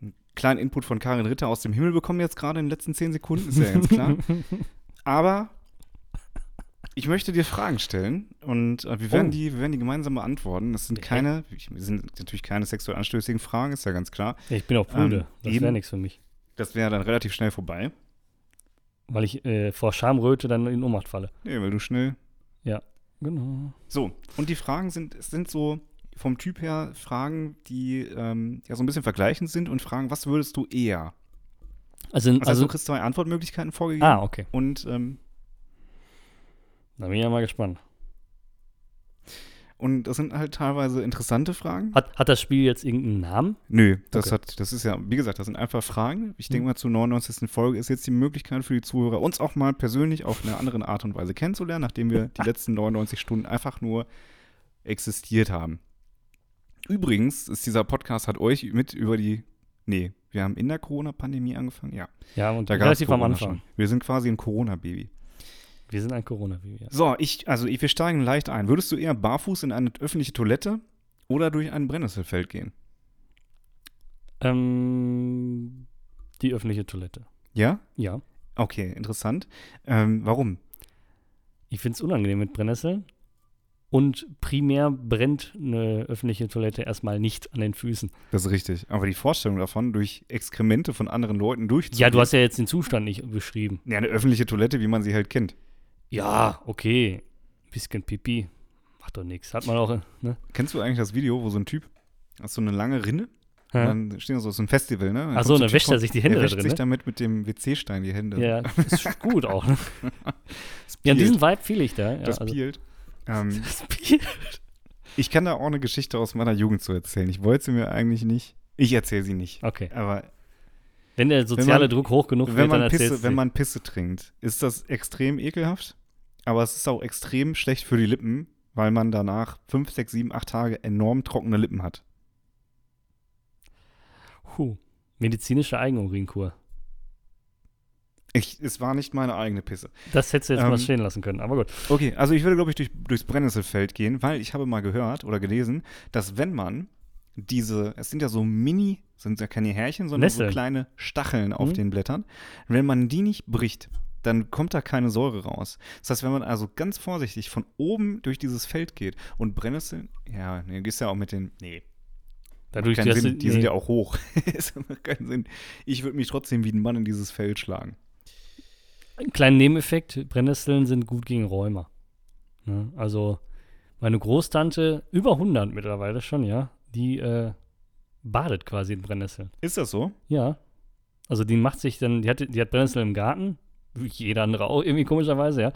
S2: einen kleinen Input von Karin Ritter aus dem Himmel bekommen jetzt gerade in den letzten zehn Sekunden, ist ja ganz klar. Aber ich möchte dir Fragen stellen und äh, wir, werden
S3: Oh.
S2: die, wir werden die gemeinsam beantworten. Das sind
S3: Okay.
S2: keine, es sind natürlich keine sexuell anstößigen Fragen, ist ja ganz klar.
S3: Ja, Ich bin auch prüde.
S2: Ähm,
S3: das
S2: eben.
S3: wäre nichts für mich.
S2: Das wäre dann relativ schnell vorbei.
S3: Weil ich äh, vor Schamröte dann in Ohnmacht falle.
S2: Nee, weil du schnell.
S3: Genau.
S2: So, und die Fragen sind, es sind so vom Typ her Fragen, die ähm, ja so ein bisschen vergleichend sind und fragen, was würdest du eher?
S3: Also, also,
S2: Also, du kriegst zwei Antwortmöglichkeiten vorgegeben
S3: ah, okay.
S2: und, ähm,
S3: Da bin ich ja mal gespannt.
S2: und das sind halt teilweise interessante Fragen.
S3: Hat, hat das Spiel jetzt irgendeinen Namen?
S2: Nö, das
S3: Okay.
S2: hat, das ist ja, wie gesagt, das sind einfach Fragen. Ich denke
S3: Mhm.
S2: mal, zur 99. Folge ist jetzt die Möglichkeit für die Zuhörer, uns auch mal persönlich auf eine andere Art und Weise kennenzulernen, nachdem wir die letzten 99 Stunden einfach nur existiert haben. Übrigens ist dieser Podcast hat euch mit über die. Nee, wir haben in der Corona-Pandemie angefangen. Ja,
S3: Ja, und
S2: da gab es
S3: relativ am Anfang.
S2: Wir sind quasi ein Corona-Baby.
S3: Wir sind ein Corona-Baby. Ja.
S2: So, ich, also ich- wir steigen leicht ein. Würdest du eher barfuß in eine öffentliche Toilette oder durch ein Brennnesselfeld gehen?
S3: Ähm, die öffentliche Toilette.
S2: Ja?
S3: Ja.
S2: Okay, interessant. Ähm, warum?
S3: Ich finde es unangenehm mit Brennnesseln. Und primär brennt eine öffentliche Toilette erstmal nicht an den Füßen.
S2: Das ist richtig. Aber die Vorstellung davon, durch Exkremente von anderen Leuten durchzugehen.
S3: Ja, du hast ja jetzt den Zustand nicht beschrieben.
S2: Ja, eine öffentliche Toilette, wie man sie halt kennt.
S3: Ja, okay. Bisschen Pipi. Macht doch nichts. Hat man auch, ne?
S2: Kennst du eigentlich das Video, wo so ein Typ, hast so eine lange Rinne?
S3: Ja.
S2: Und dann stehen da so, so ein Festival, ne?
S3: Ach so,
S2: kommt
S3: dann
S2: ein Typ
S3: wäscht er
S2: vor-
S3: sich die Hände
S2: Er
S3: da
S2: wäscht
S3: drin,
S2: sich
S3: ne?
S2: damit mit dem WC-Stein die Hände.
S3: Ja, ist gut auch, ne?
S2: Das
S3: Ja,
S2: pielt.
S3: an diesen Vibe fiel ich da. Ja,
S2: das
S3: also,
S2: pielt. Ähm,
S3: das Bier.
S2: ich kann da auch eine Geschichte aus meiner Jugend zu erzählen. Ich wollte sie mir eigentlich nicht. Ich erzähle sie nicht.
S3: Okay.
S2: Aber
S3: Wenn der soziale
S2: man-
S3: Druck hoch genug
S2: wenn
S3: wird,
S2: man,
S3: dann
S2: Pisse,
S3: erzählst
S2: wenn
S3: du.
S2: man Pisse trinkt, ist das extrem ekelhaft, aber es ist auch extrem schlecht für die Lippen, weil man danach fünf, sechs, sieben, acht Tage enorm trockene Lippen hat.
S3: Puh. Medizinische Eigenurinkur.
S2: Ich, es war nicht meine eigene Pisse.
S3: Das hättest du jetzt
S2: Ähm,
S3: mal stehen lassen können, aber gut.
S2: Okay, also ich würde, glaube ich, durch, durchs Brennnesselfeld gehen, weil ich habe mal gehört oder gelesen, dass wenn man diese, es sind ja so Mini, sind ja keine Härchen, sondern so
S3: Nesseln.
S2: kleine Stacheln auf
S3: Mhm.
S2: den Blättern, wenn man die nicht bricht, dann kommt da keine Säure raus. Das heißt, wenn man also ganz vorsichtig von oben durch dieses Feld geht und Brennnesseln, ja, nee, du gehst ja auch mit den, nee,
S3: Dadurch,
S2: keinen
S3: dass
S2: Sinn,
S3: du-
S2: die sind ja auch hoch. das macht keinen Sinn. Ich würde mich trotzdem wie ein Mann in dieses Feld schlagen.
S3: Einen kleinen Nebeneffekt, Brennnesseln sind gut gegen Rheuma. Ne? Also meine Großtante, über 100 mittlerweile schon, ja, die äh, badet quasi in Brennnesseln.
S2: Ist das so?
S3: Ja. Also die macht sich dann, die hat, die hat Brennnessel im Garten, wie jeder andere auch irgendwie komischerweise, ja.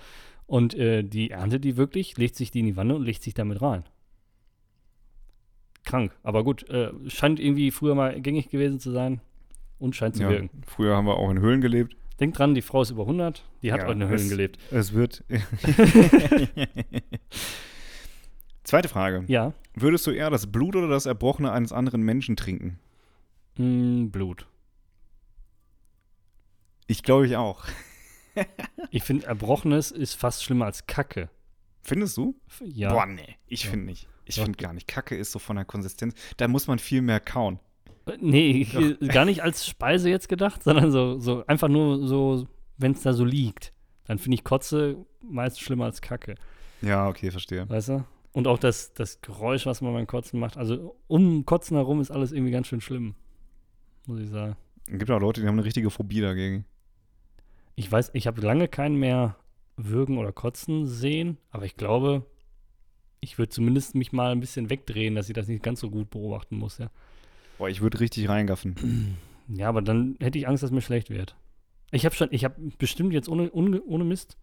S3: Und äh, die erntet die wirklich, legt sich die in die Wanne und legt sich damit rein. Krank, aber gut, äh, scheint irgendwie früher mal gängig gewesen zu sein und scheint zu wirken.
S2: Früher haben wir auch in Höhlen gelebt.
S3: Denkt dran, die Frau ist über 100, die hat
S2: Ja,
S3: auch in Höhlen
S2: es-
S3: gelebt.
S2: Es wird. Zweite Frage.
S3: Ja,
S2: Würdest du eher das Blut oder das Erbrochene eines anderen Menschen trinken?
S3: mm, Blut.
S2: Ich glaube ich auch.
S3: Ich finde, Erbrochenes ist fast schlimmer als Kacke.
S2: Findest du?
S3: F- Ja,
S2: Boah, nee. Ich
S3: Ja.
S2: finde nicht. Ich
S3: Doch.
S2: finde gar nicht. Kacke ist so von der Konsistenz. Da muss man viel mehr kauen.
S3: Äh, nee, ich, gar nicht als Speise jetzt gedacht, sondern so, so einfach nur so, wenn es da so liegt. Dann finde ich Kotze meist schlimmer als Kacke,
S2: Ja, okay, verstehe.
S3: weißt du? Und auch das, das Geräusch, was man beim Kotzen macht. Also um Kotzen herum ist alles irgendwie ganz schön schlimm, muss ich sagen.
S2: Es gibt auch Leute, die haben eine richtige Phobie dagegen.
S3: Ich weiß, ich habe lange keinen mehr würgen oder kotzen sehen, aber ich glaube, ich würde zumindest mich mal ein bisschen wegdrehen, dass ich das nicht ganz so gut beobachten muss, ja.
S2: Boah, ich würde richtig reingaffen.
S3: Ja, aber dann hätte ich Angst, dass mir schlecht wird. Ich habe schon, ich habe bestimmt jetzt ohne, ohne, ohne Mist,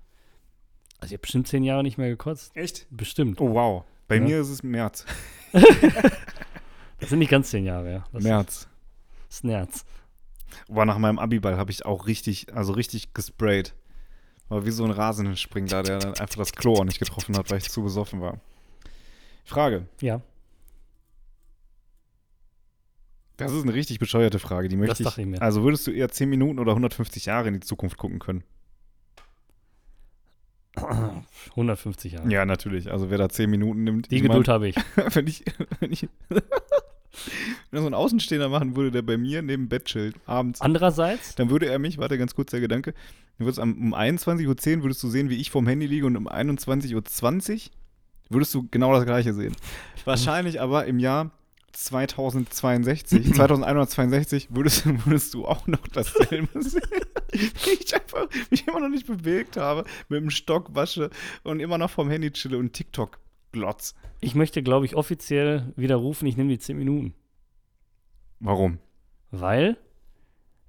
S3: also ich habe bestimmt zehn Jahre nicht mehr gekotzt.
S2: Echt?
S3: Bestimmt.
S2: Oh, wow. Bei
S3: Ne?
S2: mir ist es März.
S3: Das sind nicht ganz zehn Jahre, ja. Das
S2: März.
S3: ist ein Nerz.
S2: Aber nach meinem Abiball habe ich auch richtig, also richtig gesprayt. War wie so ein Rasenspring da, der dann einfach das Klo auch nicht getroffen hat, weil ich zu besoffen war. Frage.
S3: Ja,
S2: Das ist eine richtig bescheuerte Frage, die möchte
S3: Das dachte ich mir.
S2: Also würdest du eher 10 Minuten oder 150 Jahre in die Zukunft gucken können?
S3: 150 Jahre.
S2: Ja, natürlich. Also wer da 10 Minuten nimmt,
S3: Die
S2: ich
S3: Geduld habe ich.
S2: mein, wenn ich, wenn ich wenn das so ein Außenstehender machen würde, der bei mir neben dem Bett chillt, abends,
S3: Andererseits,
S2: dann würde er mich, warte ganz kurz der Gedanke, du würdest am, um 21.10 Uhr würdest du sehen, wie ich vorm Handy liege und um 21.20 Uhr würdest du genau das gleiche sehen. Wahrscheinlich aber im Jahr 2062, 2162 würdest, du- würdest du auch noch dasselbe sehen. Wie ich einfach mich immer noch nicht bewegt habe, mit dem Stock wasche und immer noch vom Handy chille und TikTok glotz.
S3: ich möchte, glaube ich, offiziell widerrufen, ich nehme die zehn Minuten.
S2: Warum?
S3: Weil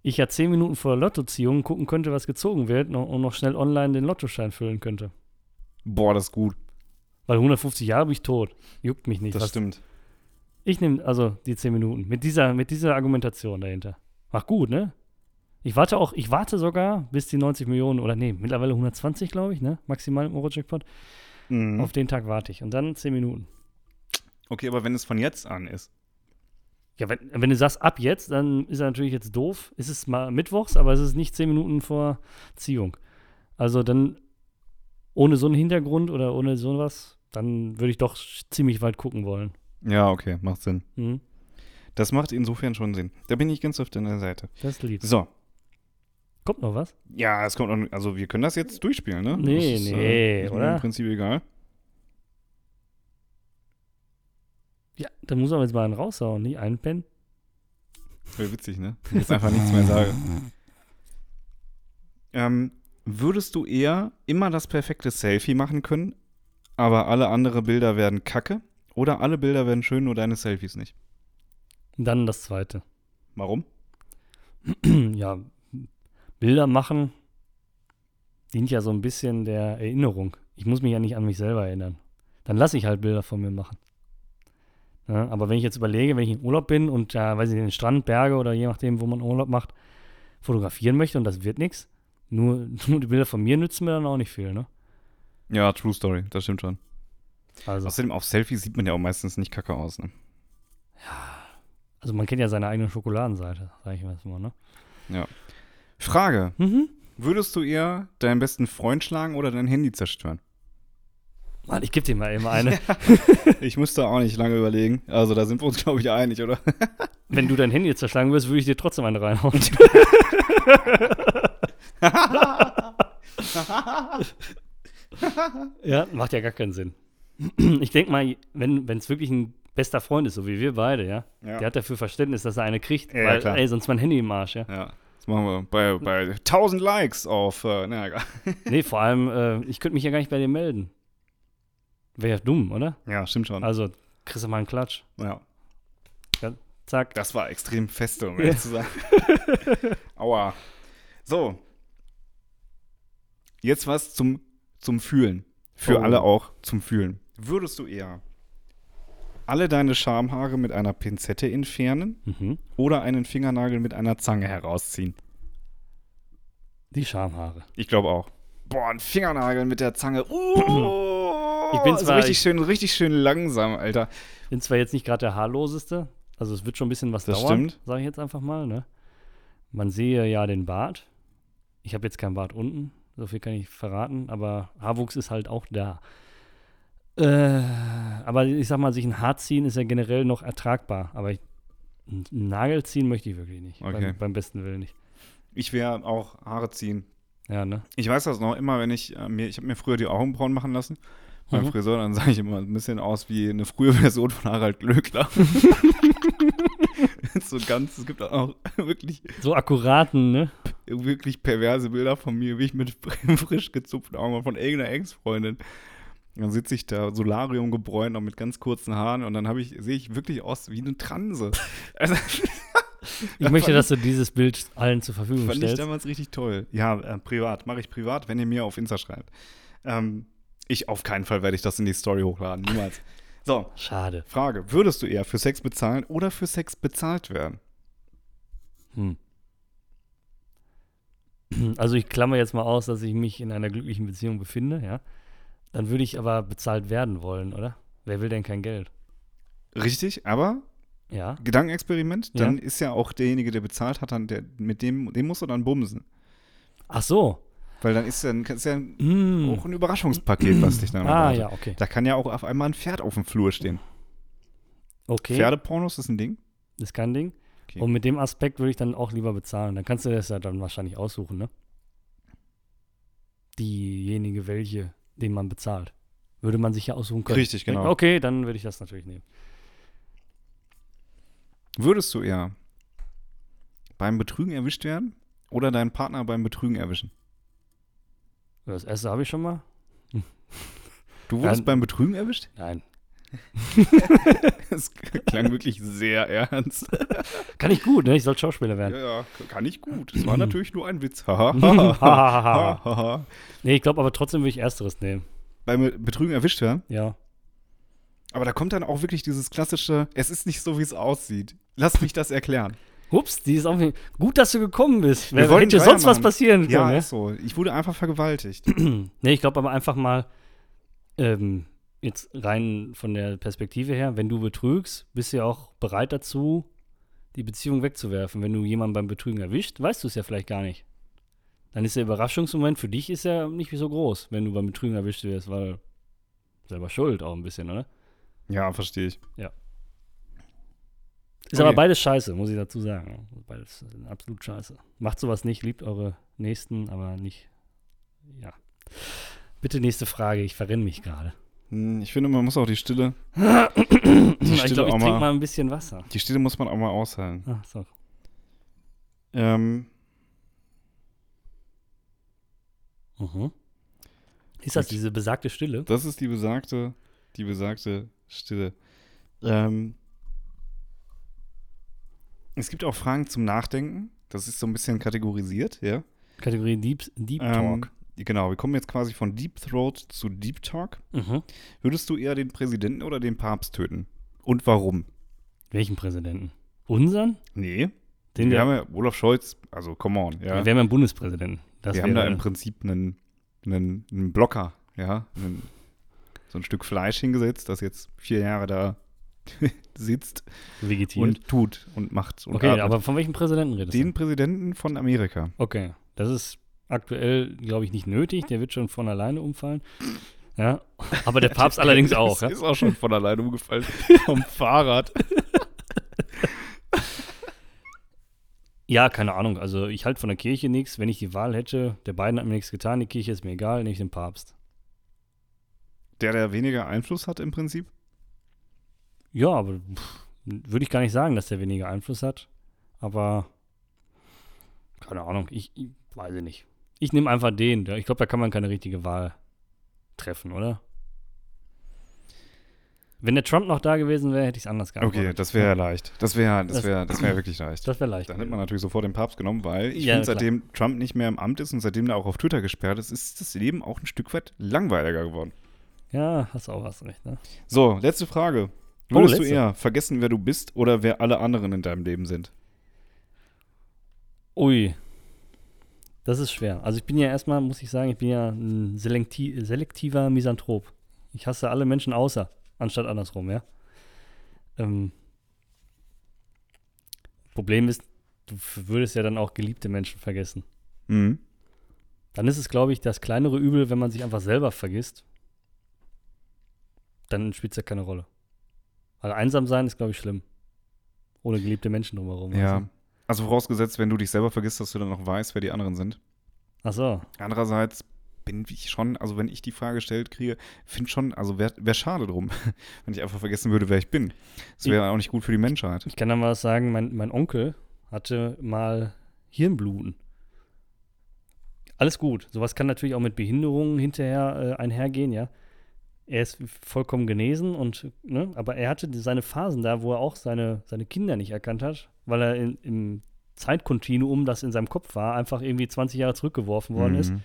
S3: ich ja zehn Minuten vor der Lottoziehung gucken könnte, was gezogen wird noch- und noch schnell online den Lottoschein füllen könnte.
S2: Boah, das ist gut.
S3: Weil 150 Jahre bin ich tot. Juckt mich nicht.
S2: Das
S3: was
S2: stimmt.
S3: Ich nehme also die 10 Minuten mit dieser, mit dieser Argumentation dahinter. Macht gut, ne? Ich warte auch, ich warte sogar bis die 90 Millionen oder nee, mittlerweile 120, glaube ich, ne? Maximal im Euro-Jackpot.
S2: Mhm.
S3: Auf den Tag warte ich und dann 10 Minuten.
S2: Okay, aber wenn es von jetzt an ist.
S3: Ja, wenn, wenn du sagst ab jetzt, dann ist er natürlich jetzt doof. Es ist mal mittwochs, aber es ist nicht zehn Minuten vor Ziehung. Also dann ohne so einen Hintergrund oder ohne sowas, dann würde ich doch sch- ziemlich weit gucken wollen.
S2: Ja, okay, macht Sinn.
S3: Mhm.
S2: Das macht insofern schon Sinn. Da bin ich ganz auf deiner Seite.
S3: Das Lied.
S2: So.
S3: Kommt noch was?
S2: Ja, es kommt noch. Also, wir können das jetzt durchspielen, ne?
S3: Nee,
S2: das ist,
S3: nee,
S2: ist mir
S3: oder?
S2: Im Prinzip egal.
S3: Ja, dann muss man jetzt mal einen raushauen, nicht einpennen.
S2: Wäre witzig, ne? Wenn ich jetzt einfach nichts mehr sage. Ähm, würdest du eher immer das perfekte Selfie machen können, aber alle andere Bilder werden kacke? Oder alle Bilder werden schön, nur deine Selfies nicht?
S3: Und dann das zweite.
S2: Warum?
S3: ja, Bilder machen dient ja so ein bisschen der Erinnerung. Ich muss mich ja nicht an mich selber erinnern. Dann lasse ich halt Bilder von mir machen. Ja, aber wenn ich jetzt überlege, wenn ich in Urlaub bin und da, weiß ich, den Strand, Berge oder je nachdem, wo man Urlaub macht, fotografieren möchte und das wird nichts, nur, nur die Bilder von mir nützen mir dann auch nicht viel, ne?
S2: Ja, True Story, das stimmt schon.
S3: Also,
S2: Außerdem auf Selfies sieht man ja auch meistens nicht kacke aus, ne?
S3: also man kennt ja seine eigene Schokoladenseite, sag ich mal jetzt mal, ne?
S2: Frage:
S3: Mhm.
S2: Würdest du eher deinen besten Freund schlagen oder dein Handy zerstören?
S3: Mann, ich geb dir mal eben eine.
S2: Ich musste auch nicht lange überlegen. Also da sind wir uns, glaube ich, einig, oder?
S3: Wenn du dein Handy jetzt zerschlagen wirst, würde ich dir trotzdem einen reinhauen. ja, macht ja gar keinen Sinn. Ich denke mal, wenn es wirklich ein bester Freund ist, so wie wir beide, ja,
S2: Ja.
S3: der hat dafür Verständnis, dass er eine kriegt,
S2: Ja, ja,
S3: weil,
S2: klar.
S3: ey, sonst mein Handy im Arsch, ja.
S2: Ja. Das machen wir bei, bei 1000 Likes auf. Äh, na, egal.
S3: Nee, vor allem, äh, ich könnte mich ja gar nicht bei dir melden. Wäre ja dumm, oder?
S2: ja, stimmt schon.
S3: Also, kriegst du mal einen Klatsch.
S2: ja.
S3: Zack.
S2: Das war extrem feste, um ehrlich zu sein. Aua. So. Jetzt was zum, zum Fühlen. Für
S3: Oh.
S2: alle auch zum Fühlen. Würdest du eher alle deine Schamhaare mit einer Pinzette entfernen
S3: Mhm.
S2: oder einen Fingernagel mit einer Zange herausziehen?
S3: Die Schamhaare.
S2: Ich glaube auch. Boah, ein Fingernagel mit der Zange. Oh,
S3: Ich bin
S2: so
S3: zwar-
S2: richtig
S3: ich-
S2: schön, richtig schön langsam, Alter.
S3: Bin zwar jetzt nicht gerade der haarloseste, also es wird schon ein bisschen was
S2: Das
S3: dauern,
S2: stimmt.
S3: sage ich jetzt einfach mal. Ne? Man sehe ja den Bart. Ich habe jetzt keinen Bart unten, so viel kann ich verraten, aber Haarwuchs ist halt auch da. Äh, aber ich sag mal, sich ein Haar ziehen ist ja generell noch ertragbar, aber ich, einen Nagel ziehen möchte ich wirklich nicht.
S2: Okay.
S3: Beim, beim besten Willen nicht.
S2: Ich wäre auch Haare ziehen.
S3: Ja, ne?
S2: Ich weiß das noch immer, wenn ich äh, mir, ich habe mir früher die Augenbrauen machen lassen. Beim
S3: Mhm.
S2: Friseur, dann sah ich immer ein bisschen aus wie eine frühe Version von Harald Glöckler. so ganz, es gibt auch wirklich,
S3: So akkuraten, ne?
S2: wirklich perverse Bilder von mir, wie ich mit frisch gezupften Augenbrauen von irgendeiner Ex-Freundin. Dann sitze ich da, Solarium gebräunt, noch mit ganz kurzen Haaren und dann habe ich, sehe ich wirklich aus wie eine Transe. Also,
S3: Ich möchte,
S2: fand
S3: dass du dieses Bild allen zur Verfügung
S2: Fand ich
S3: stellst.
S2: damals richtig toll. Ja, äh, privat. Mache ich privat, wenn ihr mir auf Insta schreibt. Ähm, ich auf keinen Fall werde ich das in die Story hochladen. Niemals. so,
S3: Schade.
S2: Frage. Würdest du eher für Sex bezahlen oder für Sex bezahlt werden?
S3: Hm. Also ich klammer jetzt mal aus, dass ich mich in einer glücklichen Beziehung befinde, ja. Dann würde ich aber bezahlt werden wollen, oder? Wer will denn kein Geld?
S2: Richtig, aber
S3: Ja.
S2: Gedankenexperiment,
S3: Ja.
S2: dann ist ja auch derjenige, der bezahlt hat, dann der, mit dem, dem musst du dann bumsen.
S3: Ach so.
S2: Weil dann ist ja, ein- ist ja ein-
S3: Hm.
S2: auch ein Überraschungspaket, was dich dann
S3: Ah
S2: erwartet.
S3: ja, okay.
S2: Da kann ja auch auf einmal ein Pferd auf dem Flur stehen.
S3: Okay,
S2: Pferdepornos ist ein Ding.
S3: ist kein Ding.
S2: Okay.
S3: Und mit dem Aspekt würde ich dann auch lieber bezahlen. Dann kannst du das ja dann wahrscheinlich aussuchen, ne? Diejenige, welche, den man bezahlt. Würde man sich ja aussuchen können.
S2: Richtig, genau.
S3: Okay, dann würde ich das natürlich nehmen.
S2: Würdest du eher beim Betrügen erwischt werden oder deinen Partner beim Betrügen erwischen?
S3: Das erste habe ich schon mal.
S2: Du wurdest
S3: Dann-
S2: beim Betrügen erwischt?
S3: Nein.
S2: Das klang wirklich sehr ernst.
S3: Kann ich gut, ne? Ich soll Schauspieler werden.
S2: ja, kann ich gut. Es war natürlich nur ein Witz.
S3: nee, ich glaube aber trotzdem würde ich Ersteres nehmen.
S2: beim Betrügen erwischt werden?
S3: Ja.
S2: Aber da kommt dann auch wirklich dieses klassische, es ist nicht so, wie es aussieht. Lass mich das erklären.
S3: Ups, die ist auch gut, dass du gekommen bist. Wer
S2: wollten
S3: hätte
S2: drei
S3: sonst was
S2: machen.
S3: passieren
S2: Ja,
S3: können? ne? Ja,
S2: ist so. Ich wurde einfach vergewaltigt.
S3: Nee, ich glaube aber einfach mal, ähm, jetzt rein von der Perspektive her, wenn du betrügst, bist du ja auch bereit dazu, die Beziehung wegzuwerfen. Wenn du jemanden beim Betrügen erwischt, weißt du es ja vielleicht gar nicht. Dann ist der Überraschungsmoment für dich ist ja nicht so groß, wenn du beim Betrügen erwischt wirst, weil selber schuld auch ein bisschen, oder?
S2: Ja, verstehe ich.
S3: Ist
S2: Okay.
S3: aber beides scheiße, muss ich dazu sagen. Beides äh, absolut scheiße. Macht sowas nicht, liebt eure Nächsten, aber nicht. Ja. Bitte nächste Frage, ich verrenne mich gerade.
S2: Hm, Ich finde, man muss auch die Stille,
S3: Ich
S2: Stille
S3: glaube, ich
S2: auch
S3: trinke
S2: mal-
S3: mal ein bisschen Wasser.
S2: die Stille muss man auch mal aushalten.
S3: Ach, so.
S2: Ähm,
S3: Mhm. Ist das
S2: Gut.
S3: diese besagte Stille?
S2: das ist die besagte, die besagte Stille. Ähm, es gibt auch Fragen zum Nachdenken. Das ist so ein bisschen kategorisiert, ja.
S3: Kategorie Deep, Deep
S2: Ähm,
S3: Talk.
S2: Genau, wir kommen jetzt quasi von Deep Throat zu Deep Talk.
S3: Mhm.
S2: Würdest du eher den Präsidenten oder den Papst töten? Und warum?
S3: Welchen Präsidenten? Unseren?
S2: Nee.
S3: Den
S2: wir
S3: wir,
S2: haben ja Olaf Scholz, also come on, ja.
S3: wir haben ja einen Bundespräsidenten. Das
S2: wir haben da
S3: wäre-
S2: im Prinzip einen, einen, einen Blocker, ja, einen, so ein Stück Fleisch hingesetzt, das jetzt vier Jahre da sitzt
S3: vegetiert.
S2: und tut und macht und
S3: okay,
S2: atmet.
S3: aber von welchem Präsidenten redest du?
S2: den Präsidenten von Amerika.
S3: Okay, das ist aktuell, glaube ich, nicht nötig. Der wird schon von alleine umfallen. Ja, aber der Papst allerdings auch. Ja?
S2: Das ist auch schon von alleine umgefallen vom Fahrrad.
S3: ja, keine Ahnung. Also ich halte von der Kirche nichts. Wenn ich die Wahl hätte, der beiden hat mir nichts getan. Die Kirche ist mir egal, nicht den Papst.
S2: Der, der weniger Einfluss hat im Prinzip.
S3: Ja, aber pff, würde ich gar nicht sagen, dass der weniger Einfluss hat. Aber keine Ahnung, ich, ich weiß es nicht. Ich nehme einfach den. Ich glaube, da kann man keine richtige Wahl treffen, oder? Wenn der Trump noch da gewesen wäre, hätte ich es anders geantwortet.
S2: Okay, das wäre ja leicht. Das wäre das
S3: Oh Das-
S2: wär, das wär wirklich leicht.
S3: Das wäre leicht.
S2: Dann hätte man natürlich sofort den Papst genommen, weil ich
S3: Ja, klar.
S2: finde, seitdem Trump nicht mehr im Amt ist und seitdem er auch auf Twitter gesperrt ist, ist das Leben auch ein Stück weit langweiliger geworden.
S3: Ja, hast auch was recht, ne?
S2: So, letzte Frage. Würdest du
S3: Oh, letzte.
S2: eher vergessen, wer du bist oder wer alle anderen in deinem Leben sind?
S3: Ui. Das ist schwer. Also ich bin ja erstmal, muss ich sagen, ich bin ja ein selekti selektiver Misanthrop. Ich hasse alle Menschen außer, anstatt andersrum, ja. Ähm, Problem ist, du f- würdest ja dann auch geliebte Menschen vergessen.
S2: Mhm.
S3: Dann ist es, glaube ich, das kleinere Übel, wenn man sich einfach selber vergisst. Dann spielt es ja keine Rolle. Weil einsam sein ist, glaube ich, schlimm. Ohne geliebte Menschen drumherum. weißt
S2: Ja.
S3: du?
S2: Also vorausgesetzt, wenn du dich selber vergisst, dass du dann noch weißt, wer die anderen sind.
S3: Ach so.
S2: Andererseits bin ich schon, also wenn ich die Frage gestellt kriege, finde schon, also wäre wär schade drum, wenn ich einfach vergessen würde, wer ich bin. Das wäre auch nicht gut für die Menschheit.
S3: Ich kann da mal was sagen, mein, mein Onkel hatte mal Hirnbluten. Alles gut. Sowas kann natürlich auch mit Behinderungen hinterher äh, einhergehen, ja. Er ist vollkommen genesen und, ne, aber er hatte seine Phasen da, wo er auch seine, seine Kinder nicht erkannt hat, weil er in, im Zeitkontinuum, das in seinem Kopf war, einfach irgendwie 20 Jahre zurückgeworfen worden ist.
S2: Mhm.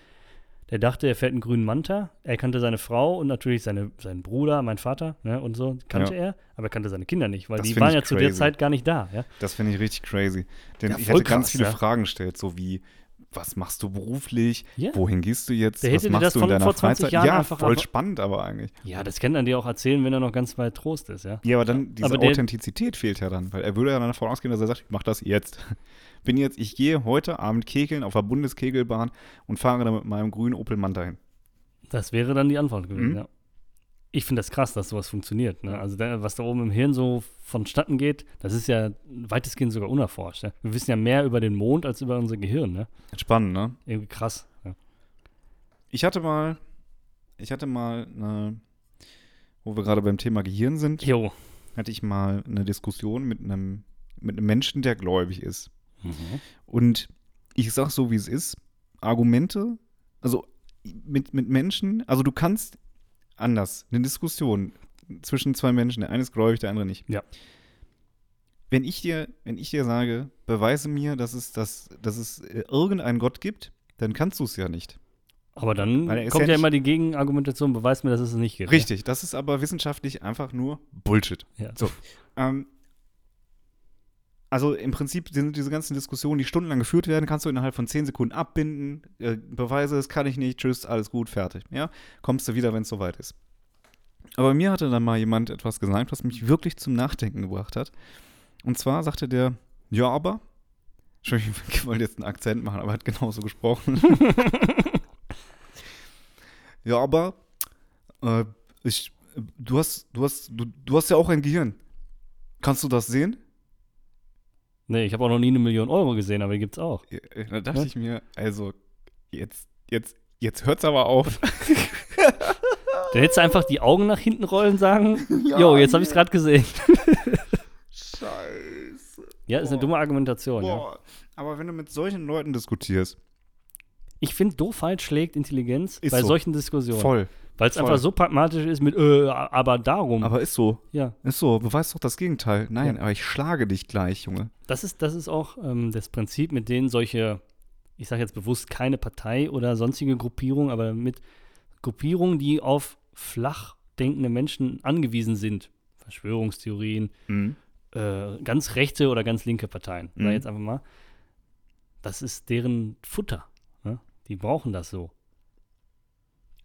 S3: Der dachte, er fährt einen grünen Manta. Er kannte seine Frau und natürlich seine, seinen Bruder, meinen Vater ne, und so kannte er, aber er kannte seine Kinder nicht, weil
S2: Das
S3: die
S2: find
S3: waren
S2: ich
S3: ja zu der
S2: crazy.
S3: Zeit gar nicht da. Ja?
S2: Das finde ich richtig crazy. Denn
S3: Ja,
S2: ich
S3: voll
S2: hätte ganz
S3: krass,
S2: viele
S3: ja.
S2: Fragen gestellt, so wie, was machst du beruflich?
S3: Ja.
S2: Wohin gehst du jetzt?
S3: Der
S2: was
S3: hätte dir
S2: machst
S3: das
S2: du in
S3: von
S2: deiner
S3: vor 20
S2: Freizeit?
S3: Jahren
S2: ja,
S3: einfach-
S2: voll
S3: einfach-
S2: spannend aber eigentlich.
S3: ja, das kann er Also dir auch erzählen, wenn er noch ganz weit Trost ist, ja.
S2: Ja, aber dann diese
S3: Aber der-
S2: Authentizität fehlt ja dann, weil er würde ja dann davon ausgehen, dass er sagt, ich mache das jetzt. Bin jetzt, ich gehe heute Abend kegeln auf der Bundeskegelbahn und fahre dann mit meinem grünen Opel Manta hin.
S3: Das wäre dann die Antwort gewesen,
S2: Mhm.
S3: ja. Ich finde das krass, dass sowas funktioniert. Ne? Also, da, was da oben im Hirn so vonstatten geht, das ist ja weitestgehend sogar unerforscht. Ja? Wir wissen ja mehr über den Mond als über unser Gehirn. Ne?
S2: Spannend, ne?
S3: Irgendwie krass. Ja.
S2: Ich hatte mal, ich hatte mal eine, wo wir gerade beim Thema Gehirn sind,
S3: Jo.
S2: hatte ich mal eine Diskussion mit einem, mit einem Menschen, der gläubig ist.
S3: Mhm.
S2: Und ich sag so, wie es ist, Argumente, also mit, mit Menschen, also du kannst anders, eine Diskussion zwischen zwei Menschen, der eine ist gläubig, der andere nicht.
S3: Ja.
S2: Wenn ich dir, wenn ich dir sage, beweise mir, dass es, dass, dass es äh, irgendeinen Gott gibt, dann kannst du es ja nicht.
S3: Aber dann
S2: Weil er ist
S3: kommt
S2: ja
S3: ja,
S2: nicht-
S3: immer die Gegenargumentation, beweis mir, dass es nicht gibt.
S2: Richtig, das ist aber wissenschaftlich einfach nur Bullshit.
S3: Ja.
S2: So. Ähm, also im Prinzip sind diese ganzen Diskussionen, die stundenlang geführt werden, kannst du innerhalb von 10 Sekunden abbinden. Äh, Beweise, das kann ich nicht, tschüss, alles gut, fertig. Ja, kommst du wieder, wenn es soweit ist. Aber mir hatte dann mal jemand etwas gesagt, was mich wirklich zum Nachdenken gebracht hat. Und zwar sagte der, ja, aber. Entschuldigung, ich wollte jetzt einen Akzent machen, aber er hat genauso gesprochen. ja, aber äh, ich, du, hast, du, hast, du, du hast ja auch ein Gehirn. Kannst du das sehen?
S3: Nee, ich habe auch noch nie eine Million Euro gesehen, aber die gibt's auch.
S2: Ja, äh, Da dachte
S3: Was?
S2: ich mir, also, jetzt, jetzt, jetzt hört's aber auf.
S3: Da hättest du einfach die Augen nach hinten rollen sagen,
S2: Ja,
S3: jo, jetzt habe
S2: nee.
S3: ich's gerade gesehen.
S2: Scheiße.
S3: Ja, ist eine
S2: Boah.
S3: dumme Argumentation. Ja.
S2: Boah. Aber wenn du mit solchen Leuten diskutierst,
S3: Ich finde, Doofheit schlägt Intelligenz
S2: Ist
S3: bei
S2: so.
S3: solchen Diskussionen.
S2: voll.
S3: Weil es
S2: voll.
S3: einfach so pragmatisch ist mit, äh, aber darum.
S2: Aber ist so.
S3: ja,
S2: Ist so, beweist doch das Gegenteil. Nein,
S3: Ja.
S2: aber ich schlage dich gleich, Junge.
S3: das ist, das ist auch ähm, das Prinzip, mit denen solche, ich sage jetzt bewusst keine Partei oder sonstige Gruppierung, aber mit Gruppierungen, die auf flach denkende Menschen angewiesen sind. Verschwörungstheorien, äh, ganz rechte oder ganz linke Parteien, sag
S2: Mhm.
S3: ich jetzt einfach mal, das ist deren Futter. Ne? Die brauchen das so.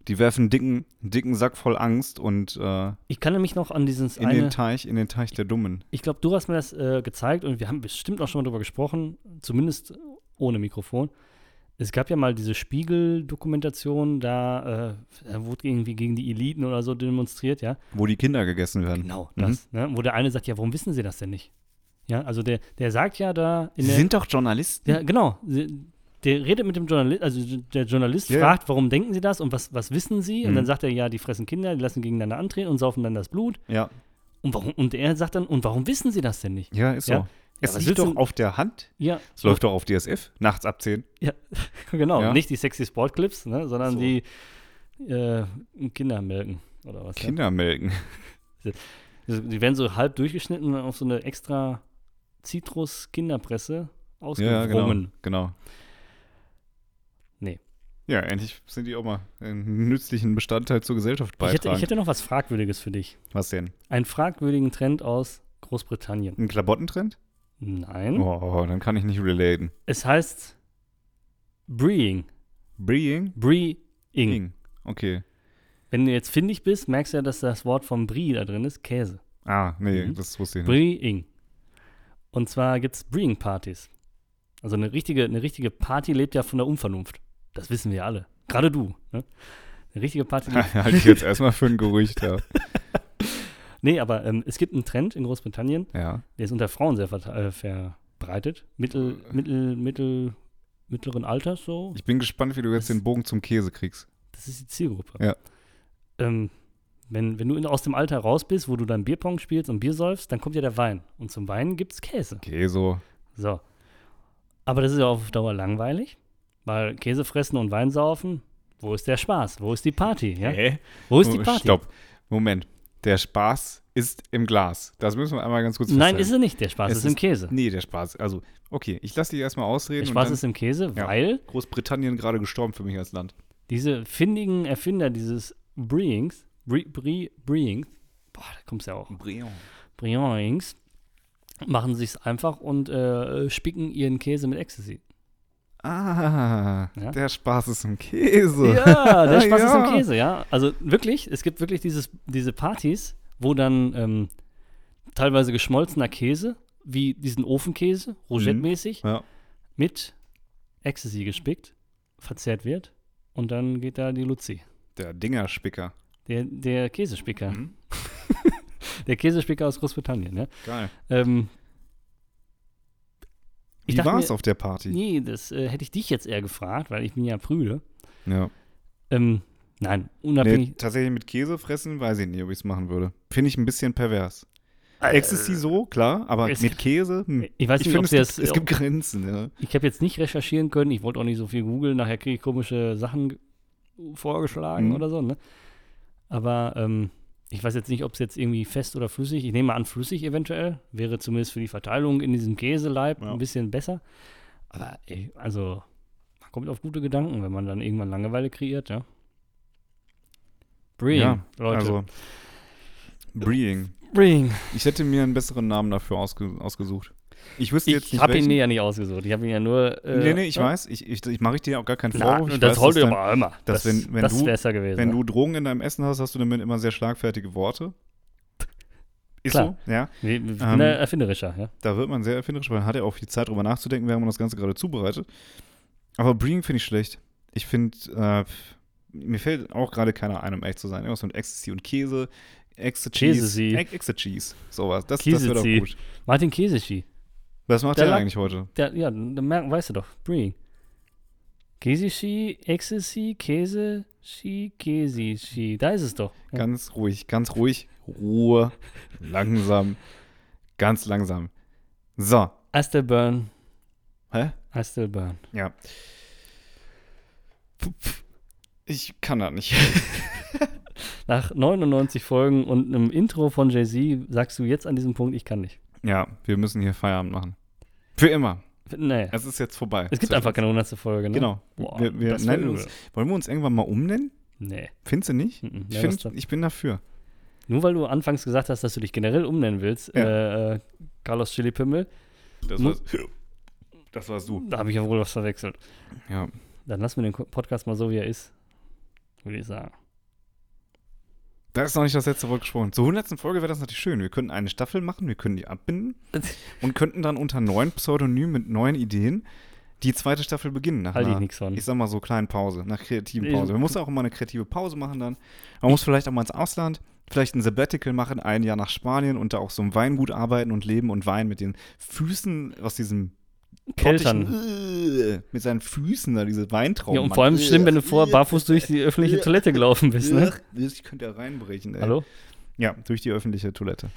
S2: Die werfen einen dicken, dicken Sack voll Angst und äh,
S3: Ich kann nämlich noch an dieses
S2: in
S3: eine,
S2: den Teich, in den Teich der Dummen.
S3: ich glaube, du hast mir das äh, gezeigt und wir haben bestimmt auch schon mal drüber gesprochen, zumindest ohne Mikrofon. Es gab ja mal diese Spiegel-Dokumentation, da, äh, da wurde irgendwie gegen die Eliten oder so demonstriert, ja.
S2: Wo die Kinder gegessen werden.
S3: Genau,
S2: Mhm.
S3: das. Ne? Wo der eine sagt, ja, warum wissen sie das denn nicht? Ja, also der, der sagt ja da in
S2: Sie
S3: der,
S2: sind doch Journalisten.
S3: Ja, genau. Sie- Der redet mit dem Journalist, also der Journalist
S2: Ja, ja.
S3: fragt, warum denken sie das und was, was wissen sie? Und
S2: Mhm.
S3: dann sagt er, ja, die fressen Kinder, die lassen gegeneinander antreten und saufen dann das Blut.
S2: Ja,
S3: Und, warum, und er sagt dann, und warum wissen sie das denn nicht?
S2: ja ist so.
S3: Ja.
S2: Es
S3: was
S2: liegt
S3: willst
S2: doch
S3: du-
S2: auf der Hand.
S3: Ja,
S2: Es läuft doch auf DSF, nachts ab 10.
S3: ja genau.
S2: Ja.
S3: Nicht die sexy Sportclips, ne, sondern
S2: So.
S3: die äh, Kinder melken oder was.
S2: Kinder melken.
S3: Ja? Die werden so halb durchgeschnitten und auf so eine extra Zitrus-Kinderpresse
S2: Ja,
S3: ausgewrungen.
S2: genau, genau.
S3: Nee.
S2: Ja, endlich sind die auch mal einen nützlichen Bestandteil zur Gesellschaft
S3: ich, hätte,
S2: beitragen.
S3: ich hätte noch was Fragwürdiges für dich.
S2: Was denn?
S3: Einen fragwürdigen Trend aus Großbritannien.
S2: Ein Klamottentrend?
S3: Nein.
S2: Oh, dann kann ich nicht relaten.
S3: Es heißt Breeing.
S2: Breeing?
S3: Breeing.
S2: Ing. Okay.
S3: Wenn du jetzt findig bist, merkst du ja, dass das Wort vom Brie da drin ist, Käse.
S2: Ah, nee,
S3: Mhm.
S2: das wusste ich nicht.
S3: Breeing. Und zwar gibt es Breeing-Partys. Also eine richtige, eine richtige Party lebt ja von der Unvernunft. Das wissen wir alle. Gerade du. Ne? Eine richtige Party lebt
S2: Halte ich jetzt erstmal für ein Gerücht da.
S3: Nee, aber ähm, es gibt einen Trend in Großbritannien,
S2: Ja.
S3: der ist unter Frauen sehr verte- äh, verbreitet. Mittel, mittel, mittel, mittleren Alters so.
S2: Ich bin gespannt, wie du jetzt den Bogen zum Käse kriegst.
S3: Das ist die Zielgruppe.
S2: Ja.
S3: Ähm, wenn, wenn du in, aus dem Alter raus bist, wo du dann Bierpong spielst und Bier säufst, dann kommt ja der Wein. Und zum Wein gibt es Käse.
S2: Käse.
S3: So. Aber das ist ja auf Dauer langweilig, weil Käse fressen und Wein saufen, wo ist der Spaß? Wo ist die Party? Ja?
S2: Hä?
S3: Wo ist die Party?
S2: Oh, Stopp. Moment. Der Spaß ist im Glas. Das müssen wir einmal ganz kurz
S3: Nein,
S2: festhalten.
S3: ist es nicht. Der Spaß
S2: Es
S3: ist im
S2: ist-
S3: Käse.
S2: Nee, der Spaß. Also, okay, ich lasse dich erstmal ausreden.
S3: Der Spaß
S2: und dann
S3: ist im Käse,
S2: Ja.
S3: weil
S2: Großbritannien gerade gestorben für mich als Land.
S3: diese findigen Erfinder dieses Brewings, Bre Bre Brewings, boah, da kommst du ja auch.
S2: Brion.
S3: Brillants machen sich's einfach und äh, spicken ihren Käse mit Ecstasy.
S2: Ah,
S3: Ja.
S2: der Spaß ist im Käse.
S3: Ja, der Spaß ist
S2: Ja.
S3: im Käse, ja. Also wirklich, es gibt wirklich dieses, diese Partys, wo dann ähm, teilweise geschmolzener Käse, wie diesen Ofenkäse, Rougette-mäßig,
S2: Ja.
S3: mit Ecstasy gespickt, verzehrt wird und dann geht da die Luzi.
S2: Der Dingerspicker.
S3: Der, der Käsespicker.
S2: Mhm.
S3: der Käsespicker aus Großbritannien, ja.
S2: Geil.
S3: Ähm, Ich
S2: Wie
S3: dachte
S2: war
S3: mir-
S2: es auf der Party?
S3: nee, das äh, hätte ich dich jetzt eher gefragt, weil ich bin ja prüde.
S2: Ja.
S3: Ähm, nein,
S2: Nee,
S3: unabhängig.
S2: tatsächlich mit Käse fressen, weiß ich nicht, ob ich es machen würde. Finde ich ein bisschen pervers. Ecstasy so, klar, aber
S3: Äh, es
S2: mit Käse? Hm.
S3: Ich weiß
S2: Ich
S3: nicht,
S2: finde,
S3: ob
S2: es,
S3: sie das.
S2: gibt- es gibt Grenzen. Ja.
S3: ich habe jetzt nicht recherchieren können. Ich wollte auch nicht so viel googeln. Nachher kriege ich komische Sachen ge- vorgeschlagen
S2: Mhm.
S3: oder so. Ne? Aber ähm, ich weiß jetzt nicht, ob es jetzt irgendwie fest oder flüssig. Ich nehme mal an, flüssig eventuell wäre zumindest für die Verteilung in diesem Käseleib
S2: Ja.
S3: ein bisschen besser. Aber ey, also man kommt auf gute Gedanken, wenn man dann irgendwann Langeweile kreiert, ja. Bring,
S2: Ja,
S3: Leute.
S2: Also, Breeing.
S3: Bring.
S2: Ich hätte mir einen besseren Namen dafür ausge ausgesucht. Ich wüsste jetzt
S3: Ich
S2: nicht.
S3: habe ihn
S2: welchen.
S3: mir ja nicht ausgesucht. Ich habe ihn ja nur. Äh,
S2: Nee, nee, ich weiß. Ich, ich, ich mache dir auch gar keinen
S3: Na,
S2: Vorwurf. ich
S3: das
S2: weiß,
S3: sollte
S2: dass
S3: ich
S2: dein-
S3: aber immer.
S2: dass
S3: Das,
S2: wenn- wenn
S3: das
S2: du-
S3: wäre es ja gewesen.
S2: Wenn du Drogen in deinem Essen hast, hast du damit immer sehr schlagfertige Worte. Ist
S3: Klar.
S2: so, ja.
S3: Nee, ich bin
S2: ähm,
S3: ja ne, erfinderischer, ja.
S2: Da wird man sehr erfinderisch, weil man hat ja auch viel Zeit, drüber nachzudenken, während man das Ganze gerade zubereitet. Aber Breeding finde ich schlecht. Ich finde, äh, pf, mir fällt auch gerade keiner ein, um echt zu sein. Irgendwas mit Ecstasy und Käse. Ecstasy.
S3: Käsesee.
S2: Cheese. Ecstasy. Cheese. Sowas. Das, das wird
S3: Käsesee.
S2: auch gut.
S3: Martin Käseschi.
S2: Was macht
S3: Der
S2: der
S3: lag-
S2: eigentlich heute?
S3: Der, ja, dann merken, weißt du doch. Brie. Käseschi, Ecstasy, Käseschi, Käseschi. Da ist es doch. Ja.
S2: Ganz ruhig, ganz ruhig. Ruhe. Langsam. Ganz langsam. So.
S3: I still burn.
S2: Hä?
S3: I still burn.
S2: Ja. Ich kann das nicht.
S3: Nach 99 Folgen und einem Intro von Jay-Z sagst du jetzt an diesem Punkt, ich kann nicht.
S2: Ja, wir müssen hier Feierabend machen. Für immer.
S3: Nee.
S2: Es ist jetzt vorbei.
S3: Es gibt einfach keine 100. Folge, ne?
S2: Genau.
S3: Boah,
S2: wir, wir
S3: das wär
S2: nennen uns,
S3: übel.
S2: wollen wir uns irgendwann mal umnennen?
S3: Nee.
S2: Findest du nicht?
S3: Mhm.
S2: Ich,
S3: Ja,
S2: find,
S3: das-
S2: ich bin dafür.
S3: Nur weil du anfangs gesagt hast, dass du dich generell umnennen willst, äh, äh, Carlos Chili Pimmel,
S2: Das
S3: Mu- war's-
S2: das warst du.
S3: da habe ich ja wohl was verwechselt.
S2: Ja.
S3: Dann lassen wir den Ko- Podcast mal so, wie er ist. Würde ich sagen.
S2: Da ist noch nicht das letzte Wort gesprochen. Zur 100. Folge wäre das natürlich schön. Wir könnten eine Staffel machen, wir können die abbinden und könnten dann unter neuen Pseudonymen mit neuen Ideen die zweite Staffel beginnen. Nach
S3: Halte ich
S2: einer-
S3: nichts von.
S2: ich sag mal so kleinen Pause, nach kreativen
S3: Ich-
S2: Pause. Man muss auch immer eine kreative Pause machen dann. Man muss vielleicht auch mal ins Ausland, vielleicht ein Sabbatical machen, ein Jahr nach Spanien und da auch so im Weingut arbeiten und leben und Wein mit den Füßen aus diesem
S3: Keltern.
S2: Bottich- mit seinen Füßen da diese Weintrauben.
S3: Ja,
S2: Äh,
S3: und vor allem schlimm, wenn du vor barfuß durch die öffentliche Toilette gelaufen bist, ne?
S2: Ich äh, könnte ja reinbrechen, ey.
S3: Hallo?
S2: Ja, durch die öffentliche Toilette.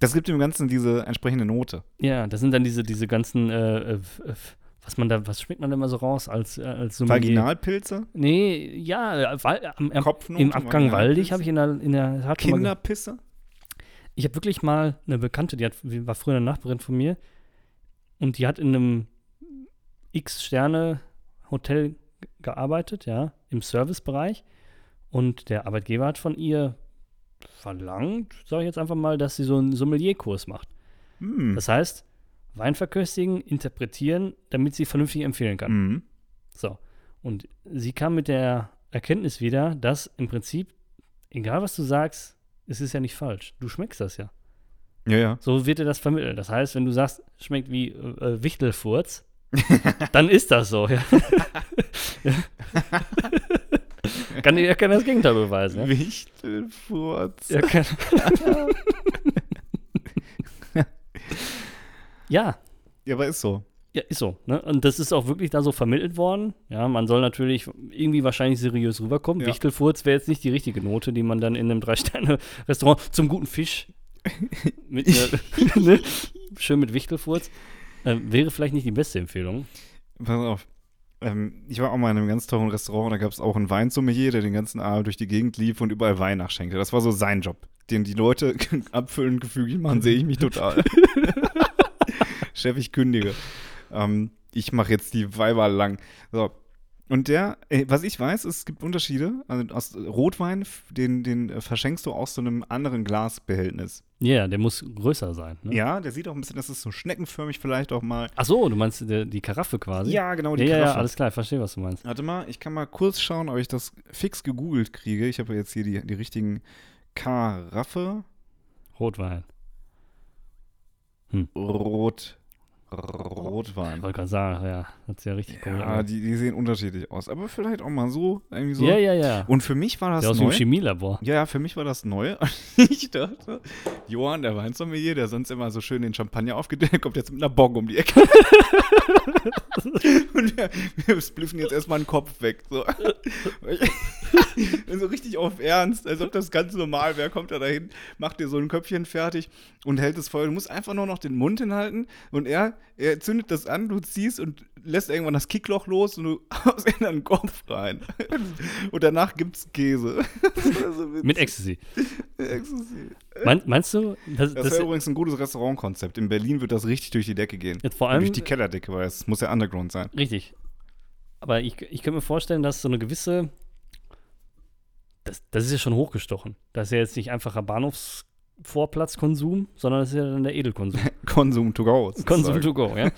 S2: Das gibt dem Ganzen diese entsprechende Note.
S3: Ja, das sind dann diese, diese ganzen, äh, äh, f- äh, f- was man da, was schmeckt man da immer so raus als, äh, als Sommelier?
S2: Vaginalpilze,
S3: Nee, ja, äh, Wal- am, am,
S2: Kopfnoten,
S3: im Abgang
S2: Vaginalpilz.
S3: Waldig habe ich in der, in der Tat schon mal ge-
S2: Kinderpisse.
S3: Ich habe wirklich mal eine Bekannte, die hat, die war früher eine Nachbarin von mir und die hat in einem X-Sterne-Hotel ge- gearbeitet, ja, im Servicebereich. Und der Arbeitgeber hat von ihr verlangt, sage ich jetzt einfach mal, dass sie so einen Sommelierkurs macht.
S2: Hm.
S3: Das heißt, Wein verköstigen, interpretieren, damit sie vernünftig empfehlen kann.
S2: Mhm.
S3: So. Und sie kam mit der Erkenntnis wieder, dass im Prinzip, egal was du sagst, es ist ja nicht falsch. Du schmeckst das ja.
S2: Ja, ja.
S3: So wird dir das vermittelt. Das heißt, wenn du sagst, schmeckt wie äh, äh, Wichtelfurz, dann ist das so. Ja. kann, er kann das Gegenteil beweisen. Ja?
S2: Wichtelfurz.
S3: Er kann, ja,
S2: Ja, aber ist so.
S3: ja, ist so. Ne? Und das ist auch wirklich da so vermittelt worden. Ja, man soll natürlich irgendwie wahrscheinlich seriös rüberkommen.
S2: Ja.
S3: Wichtelfurz wäre jetzt nicht die richtige Note, die man dann in einem Drei-Sterne-Restaurant zum guten Fisch mit einer, ne? schön mit Wichtelfurz äh, wäre vielleicht nicht die beste Empfehlung.
S2: Pass auf. Ähm, ich war auch mal in einem ganz teuren Restaurant und da gab es auch einen Weinsommelier, der den ganzen Abend durch die Gegend lief und überall Wein nachschenkte. Das war so sein Job. Den die Leute abfüllen, gefügig machen, sehe ich mich total. Chef, ich kündige. Ähm, ich mache jetzt die Weiber lang. So. Und der, äh, was ich weiß, es gibt Unterschiede. Also aus Rotwein, f- den, den äh, verschenkst du aus so einem anderen Glasbehältnis.
S3: Ja, der muss größer sein. Ne?
S2: Ja, der sieht auch ein bisschen, das ist so schneckenförmig vielleicht auch mal.
S3: Ach so, du meinst die, die Karaffe quasi?
S2: Ja, genau,
S3: Hm. ja, ja, ja,
S2: Karaffe.
S3: alles klar, ich verstehe, was du meinst.
S2: Warte mal, ich kann mal kurz schauen, ob ich das fix gegoogelt kriege. Ich habe jetzt hier die, die richtigen Karaffe,
S3: Rotwein.
S2: Rot,
S3: Ich
S2: Rotwein.
S3: wollte gerade sagen, ja, hat sich ja richtig komisch
S2: Ja,
S3: angehört.
S2: die, die sehen unterschiedlich aus, aber vielleicht auch mal so, irgendwie so.
S3: Ja, ja, ja.
S2: Und für mich war das
S3: Der aus dem
S2: neu.
S3: Chemielabor.
S2: Ja, ja, für mich war das neu. Ich dachte, Johann, der Weinsommelier, der sonst immer so schön den Champagner aufgedeckt, kommt jetzt mit einer Bong um die Ecke. Und wir, wir spliffen jetzt erstmal einen Kopf weg. So. so richtig auf Ernst, als ob das ganz normal wäre. Kommt er dahin, macht dir so ein Köpfchen fertig und hält es Feuer. Du musst einfach nur noch den Mund hinhalten und er, er zündet das an, du ziehst und lässt irgendwann das Kickloch los und du haust in deinen Kopf rein. Und danach gibt's Käse.
S3: Mit Ecstasy.
S2: Ecstasy.
S3: Mein, meinst du, das,
S2: Äh? Das,
S3: das,
S2: wäre übrigens ein gutes Restaurantkonzept. In Berlin wird das richtig durch die Decke gehen.
S3: jetzt vor
S2: Und
S3: allem,
S2: durch die Kellerdecke, weil es muss ja Underground sein.
S3: richtig. Aber ich, ich könnte mir vorstellen, dass so eine gewisse, das, das ist ja schon hochgestochen. Das ist ja jetzt nicht einfacher Bahnhofsvorplatzkonsum, sondern das ist ja dann der Edelkonsum.
S2: Konsum to go. sozusagen.
S3: Konsum to go, ja?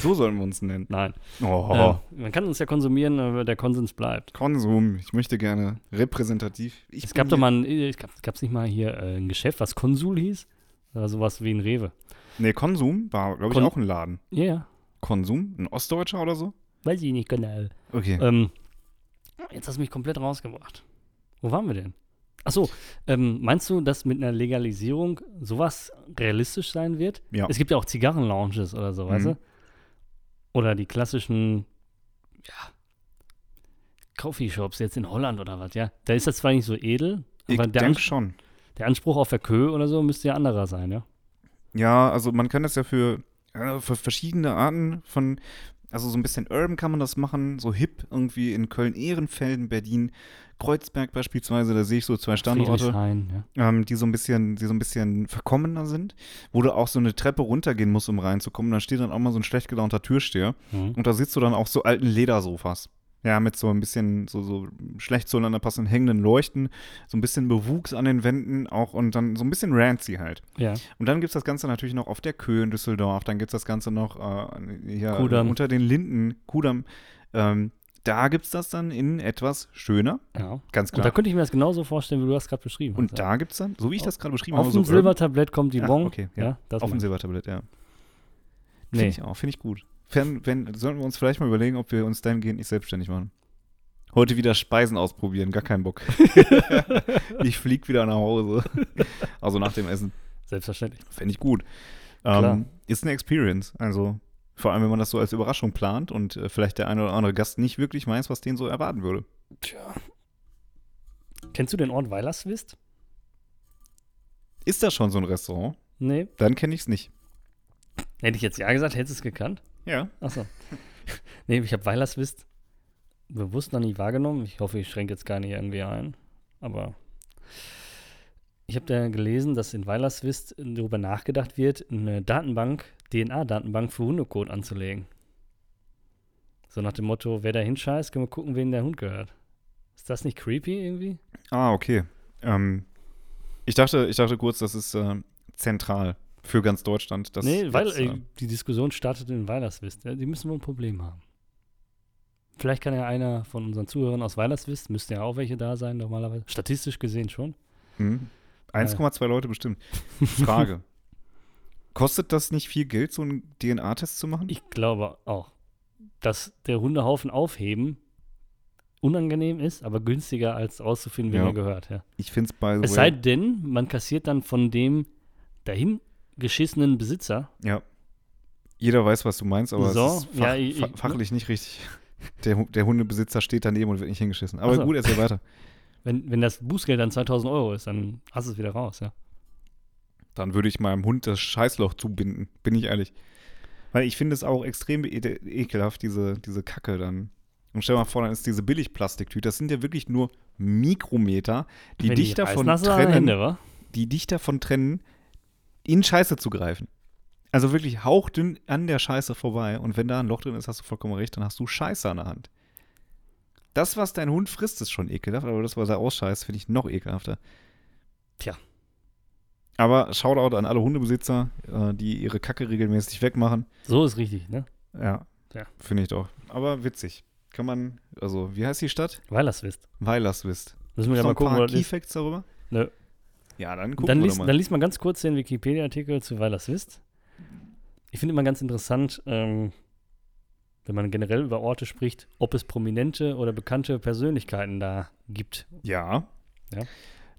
S2: So sollen wir uns nennen.
S3: Nein.
S2: Oh,
S3: Äh, man kann uns ja konsumieren, aber der Konsens bleibt.
S2: Konsum. Ich möchte gerne repräsentativ. Ich
S3: Es gab
S2: bin
S3: doch
S2: hier-
S3: mal ein, äh, es gab, gab's nicht mal hier äh, ein Geschäft, was Konsul hieß? Oder sowas wie ein Rewe.
S2: Nee, Konsum war, glaube ich,
S3: Kon-
S2: auch ein Laden.
S3: Ja, ja.
S2: Konsum? Ein Ostdeutscher oder so?
S3: Weiß ich nicht genau.
S2: Okay.
S3: Ähm, jetzt hast du mich komplett rausgebracht. Wo waren wir denn? Achso, ähm, meinst du, dass mit einer Legalisierung sowas realistisch sein wird?
S2: Ja.
S3: Es gibt ja auch Zigarrenlounges oder so, weißt
S2: Mhm.
S3: du? Oder die klassischen, ja, Coffeeshops jetzt in Holland oder was, ja? Da ist das zwar nicht so edel,
S2: ich
S3: aber der,
S2: denke
S3: Ans
S2: schon.
S3: der Anspruch auf Verkö oder so müsste ja anderer sein, ja?
S2: Ja, also man kann das ja für, äh, für verschiedene Arten von, also so ein bisschen urban kann man das machen, so hip irgendwie in Köln, Ehrenfelden, Berlin, Kreuzberg beispielsweise, da sehe ich so zwei Standorte,
S3: Friedrichshain, ja.
S2: ähm, die so ein bisschen, die so ein bisschen verkommener sind, wo du auch so eine Treppe runtergehen musst, um reinzukommen. Da steht dann auch mal so ein schlecht gelaunter Türsteher
S3: Mhm.
S2: und da sitzt du dann auf so alten Ledersofas. Ja, mit so ein bisschen so, so schlecht zueinander passenden hängenden Leuchten, so ein bisschen Bewuchs an den Wänden auch und dann so ein bisschen rancy halt.
S3: ja.
S2: Und dann gibt es das Ganze natürlich noch auf der Köhe in Düsseldorf. Dann gibt es das Ganze noch äh, hier
S3: Kudamm.
S2: unter den Linden, Kudamm. Ähm, da gibt es das dann in etwas schöner,
S3: ja.
S2: ganz
S3: Und da
S2: klar. Und
S3: könnte ich mir das genauso vorstellen, wie du das gerade beschrieben
S2: da,
S3: hast. ja.
S2: gibt es dann, so wie ich das gerade beschrieben
S3: Auf
S2: habe, so
S3: dem Silbertablett kommt die
S2: Ach,
S3: Bon.
S2: okay,
S3: ja.
S2: ja.
S3: das
S2: auf dem
S3: meinst
S2: Silbertablett, ja.
S3: du.
S2: Finde
S3: nee.
S2: ich auch, finde ich gut. Wenn, wenn, sollten wir uns vielleicht mal überlegen, ob wir uns dahingehend nicht selbstständig machen. Heute wieder Speisen ausprobieren, gar keinen Bock. ich flieg wieder nach Hause. Also nach dem Essen.
S3: Selbstverständlich.
S2: Fände ich gut.
S3: Klar.
S2: Ähm, ist eine Experience. Also vor allem, wenn man das so als Überraschung plant und äh, vielleicht der eine oder andere Gast nicht wirklich weiß, was den so erwarten würde.
S3: Tja. Kennst du den Ort Weilerswist?
S2: Ist das schon so ein Restaurant?
S3: Nee.
S2: Dann kenne ich es nicht.
S3: Hätte ich jetzt ja gesagt, hättest du es gekannt?
S2: Ja.
S3: Achso. nee, ich habe Weilerswist bewusst noch nicht wahrgenommen. Ich hoffe, ich schränke jetzt gar nicht irgendwie ein. Aber ich habe da gelesen, dass in Weilerswist darüber nachgedacht wird, eine Datenbank, DNA-Datenbank für Hundekot anzulegen. So nach dem Motto, wer da hinscheißt, können wir gucken, wem der Hund gehört. Ist das nicht creepy irgendwie?
S2: Ah, okay. Ähm, ich, dachte, ich dachte kurz, das ist äh, zentral für ganz Deutschland. Dass
S3: nee, weil
S2: jetzt,
S3: äh,
S2: äh,
S3: die Diskussion startet in Weilerswist. Ja, Die müssen wohl ein Problem haben. Vielleicht kann ja einer von unseren Zuhörern aus Weilerswist, müssten ja auch welche da sein, normalerweise. Statistisch gesehen schon.
S2: hm,
S3: äh.
S2: 1,2 Leute bestimmt. Frage. Kostet das nicht viel Geld, so einen DNA-Test zu machen?
S3: Ich glaube auch, dass der Hundehaufen aufheben unangenehm ist, aber günstiger als rauszufinden, wem
S2: Ja.
S3: er gehört. Ja.
S2: Ich finde es by the
S3: Es sei denn, man kassiert dann von dem dahin geschissenen Besitzer.
S2: Ja. Jeder weiß, was du meinst, aber
S3: So,
S2: es ist fach,
S3: ja, ich-
S2: fa-
S3: ich-
S2: fachlich nicht richtig. Der, Hu- der Hundebesitzer steht daneben und wird nicht hingeschissen. Aber
S3: Ach so.
S2: gut, erzähl weiter.
S3: Wenn, wenn das Bußgeld dann 2000 Euro ist, dann hast du es wieder raus. Ja.
S2: Dann würde ich meinem Hund das Scheißloch zubinden, bin ich ehrlich. Weil ich finde es auch extrem e ekelhaft, diese, diese Kacke dann. Und stell dir mal vor, dann ist diese Billigplastiktüte, das sind ja wirklich nur Mikrometer, die
S3: Wenn
S2: dich
S3: reißen,
S2: davon
S3: hast du deine
S2: trennen,
S3: Hände, wa?
S2: die dich davon trennen, in Scheiße zu greifen. Also wirklich hauchdünn an der Scheiße vorbei. Und wenn da ein Loch drin ist, hast du vollkommen recht, dann hast du Scheiße an der Hand. Das, was dein Hund frisst, ist schon ekelhaft, aber das, was er ausscheißt, finde ich noch ekelhafter.
S3: Tja.
S2: Aber Shoutout an alle Hundebesitzer, äh, die ihre Kacke regelmäßig wegmachen.
S3: So ist richtig, ne?
S2: Ja.
S3: Ja.
S2: Finde ich doch. Aber witzig. Kann man, also, wie heißt die Stadt?
S3: Weilerswist.
S2: Weilerswist.
S3: Müssen wir ja
S2: Noch
S3: mal
S2: ein
S3: gucken, wo
S2: paar
S3: das ist.
S2: Keyfacts darüber?
S3: Nö.
S2: Ja, dann gucken
S3: Dann
S2: wir
S3: liest,
S2: doch mal.
S3: dann liest man ganz kurz den Wikipedia-Artikel zu Weilerswist. Ich finde immer ganz interessant, ähm, wenn man generell über Orte spricht, ob es prominente oder bekannte Persönlichkeiten da gibt.
S2: Ja.
S3: Ja.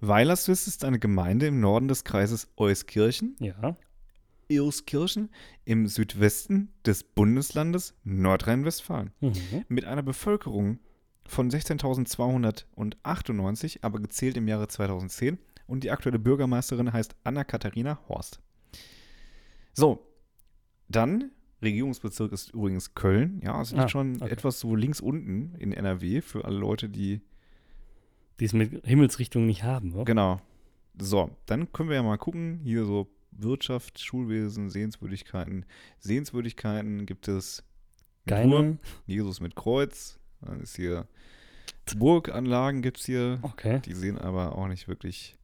S2: Weilerswist ist eine Gemeinde im Norden des Kreises Euskirchen,
S3: Ja,
S2: Euskirchen im Südwesten des Bundeslandes Nordrhein-Westfalen
S3: mhm.
S2: mit einer Bevölkerung von 16.298, aber gezählt im Jahre 2010 und die aktuelle Bürgermeisterin heißt Anna-Katharina Horst. So, dann Regierungsbezirk ist übrigens Köln. Ja, es liegt
S3: Ah,
S2: schon
S3: okay.
S2: etwas so links unten in NRW für alle Leute, die
S3: die es mit Himmelsrichtung nicht haben. Oder?
S2: Genau. So, dann können wir ja mal gucken. Hier so Wirtschaft, Schulwesen, Sehenswürdigkeiten. Sehenswürdigkeiten gibt es
S3: Keine.
S2: Jesus mit Kreuz. Dann ist hier Burganlagen gibt es hier.
S3: Okay.
S2: Die sehen aber auch nicht wirklich.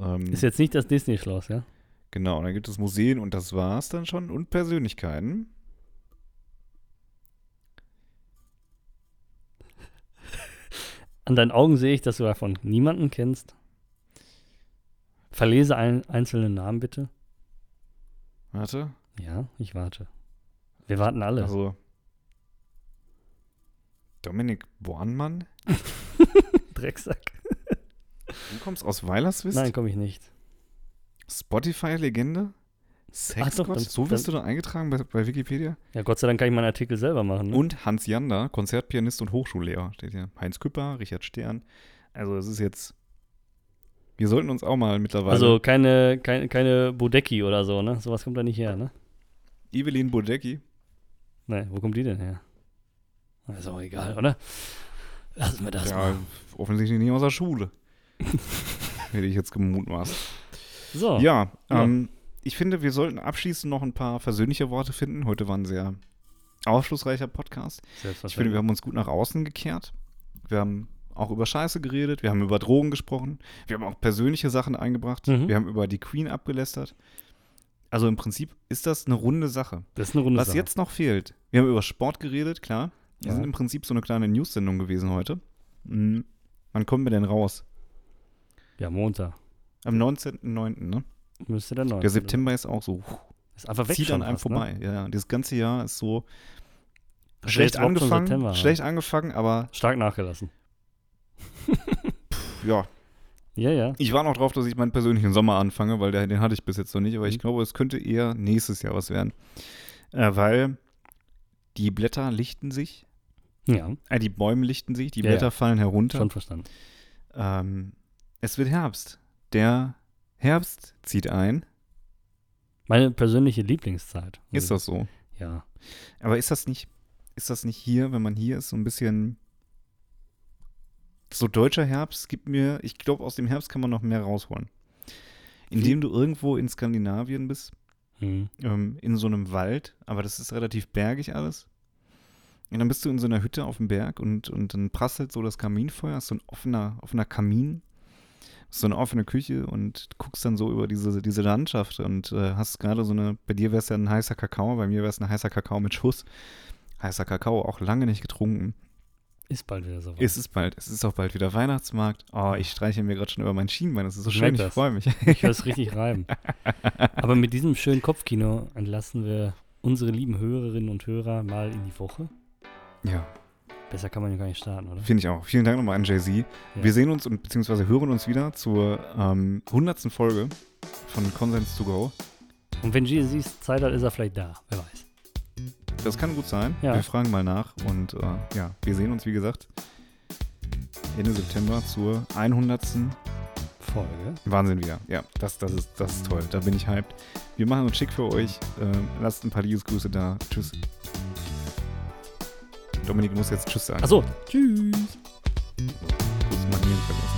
S2: Ähm,
S3: Ist jetzt nicht das Disney-Schloss, ja?
S2: Genau, dann gibt es Museen und das war's dann schon. Und Persönlichkeiten.
S3: An deinen Augen sehe ich, dass du davon niemanden kennst. Verlese ein, einzelne Namen bitte.
S2: Warte.
S3: Ja, ich warte. Wir warten alle.
S2: Also. Dominik Bornmann?
S3: Drecksack.
S2: Du kommst aus Weilerswist?
S3: Nein, komme ich nicht.
S2: Spotify-Legende?
S3: doch,
S2: Sexgott?
S3: dann-
S2: So wirst du dann eingetragen bei, bei Wikipedia?
S3: Ja, Gott sei Dank kann ich meinen Artikel selber machen. Ne?
S2: Und Hans Jander, Konzertpianist und Hochschullehrer, steht hier. Heinz Küpper, Richard Stern. Also es ist jetzt. Wir sollten uns auch mal mittlerweile.
S3: also keine, keine, keine Bodecki oder so, ne? Sowas kommt da nicht her, ne?
S2: Evelyn Bodecki.
S3: Nein, wo kommt die denn her? Na, Ist auch egal, oder? Lass mir das
S2: Ja,
S3: mal.
S2: offensichtlich nicht aus der Schule. Hätte ich jetzt gemutmaßt.
S3: So,
S2: Ja,
S3: Ja.
S2: ähm, ich finde, wir sollten abschließend noch ein paar versöhnliche Worte finden. Heute war ein sehr aufschlussreicher Podcast. Ich finde, wir
S3: selbstverständlich.
S2: haben uns gut nach außen gekehrt. Wir haben auch über Scheiße geredet, wir haben über Drogen gesprochen, wir haben auch persönliche Sachen eingebracht,
S3: Mhm.
S2: wir haben über die Queen abgelästert. Also im Prinzip ist das eine runde Sache.
S3: Das ist eine Runde
S2: Was
S3: Sache.
S2: jetzt noch fehlt, wir haben über Sport geredet, klar. Wir
S3: Ja.
S2: sind im Prinzip so eine kleine News-Sendung gewesen heute. Mhm. Wann kommen wir denn raus?
S3: Ja, Montag.
S2: Am 19.09., ne?
S3: Müsste der 9.
S2: Der September ist auch so, puh,
S3: Ist einfach ne? weg
S2: zieht
S3: schon
S2: an einem
S3: fast,
S2: vorbei. Ja, ja, dieses ganze Jahr ist so
S3: Ne?
S2: schlecht angefangen,
S3: schlecht.
S2: schlecht angefangen, aber
S3: Stark nachgelassen.
S2: pff, ja,
S3: Ja, ja.
S2: Ich war noch drauf, dass ich meinen persönlichen Sommer anfange, weil der, den hatte ich bis jetzt noch nicht,
S3: Mhm.
S2: aber ich glaube, es könnte eher nächstes Jahr was werden. Äh, weil die Blätter lichten sich,
S3: Ja,
S2: äh, die Bäume lichten sich, die
S3: Ja,
S2: Blätter
S3: ja.
S2: fallen herunter.
S3: schon verstanden.
S2: Ähm, es wird Herbst. Der Herbst zieht ein.
S3: Meine persönliche Lieblingszeit.
S2: Ist das so?
S3: Ja.
S2: Aber ist das nicht, ist das nicht hier, wenn man hier ist, so ein bisschen so deutscher Herbst gibt mir, ich glaube, aus dem Herbst kann man noch mehr rausholen. Indem du irgendwo in Skandinavien bist,
S3: Hm.
S2: ähm, in so einem Wald, aber das ist relativ bergig alles. Und dann bist du in so einer Hütte auf dem Berg und, und dann prasselt so das Kaminfeuer, ist so ein offener, offener Kamin, ist so eine offene Küche und guckst dann so über diese, diese Landschaft und äh, hast gerade so eine, bei dir wäre es ja ein heißer Kakao, bei mir wäre es ein heißer Kakao mit Schuss. Heißer Kakao, auch lange nicht getrunken.
S3: Ist bald wieder soweit.
S2: Es ist bald, es ist auch bald wieder Weihnachtsmarkt. Oh, ich streiche mir gerade schon über mein Schienbein, das ist so schön,
S3: Schmeckt
S2: ich
S3: das?
S2: freue mich.
S3: Ich höre es richtig reiben. Aber mit diesem schönen Kopfkino entlassen wir unsere lieben Hörerinnen und Hörer mal in die Woche.
S2: ja.
S3: Besser kann man ja gar nicht starten, oder?
S2: Finde ich auch. Vielen Dank nochmal an Jay-Z.
S3: Ja.
S2: Wir sehen uns und beziehungsweise hören uns wieder zur ähm, 100. Folge von Consents to Go.
S3: Und wenn Jesus Zeit hat, ist er vielleicht da. Wer weiß.
S2: Das kann gut sein.
S3: Ja.
S2: Wir fragen mal nach und äh, ja, wir sehen uns, wie gesagt, Ende September zur 100.
S3: Folge.
S2: Wahnsinn wieder. Ja, das, das, ist, das ist toll. Da bin ich hyped. Wir machen uns schick für euch. Ähm, lasst ein paar Liebesgrüße da. Tschüss. Dominik muss jetzt Tschüss sagen.
S3: Also- Achso. Tschüss.
S2: Kuss markieren vergessen.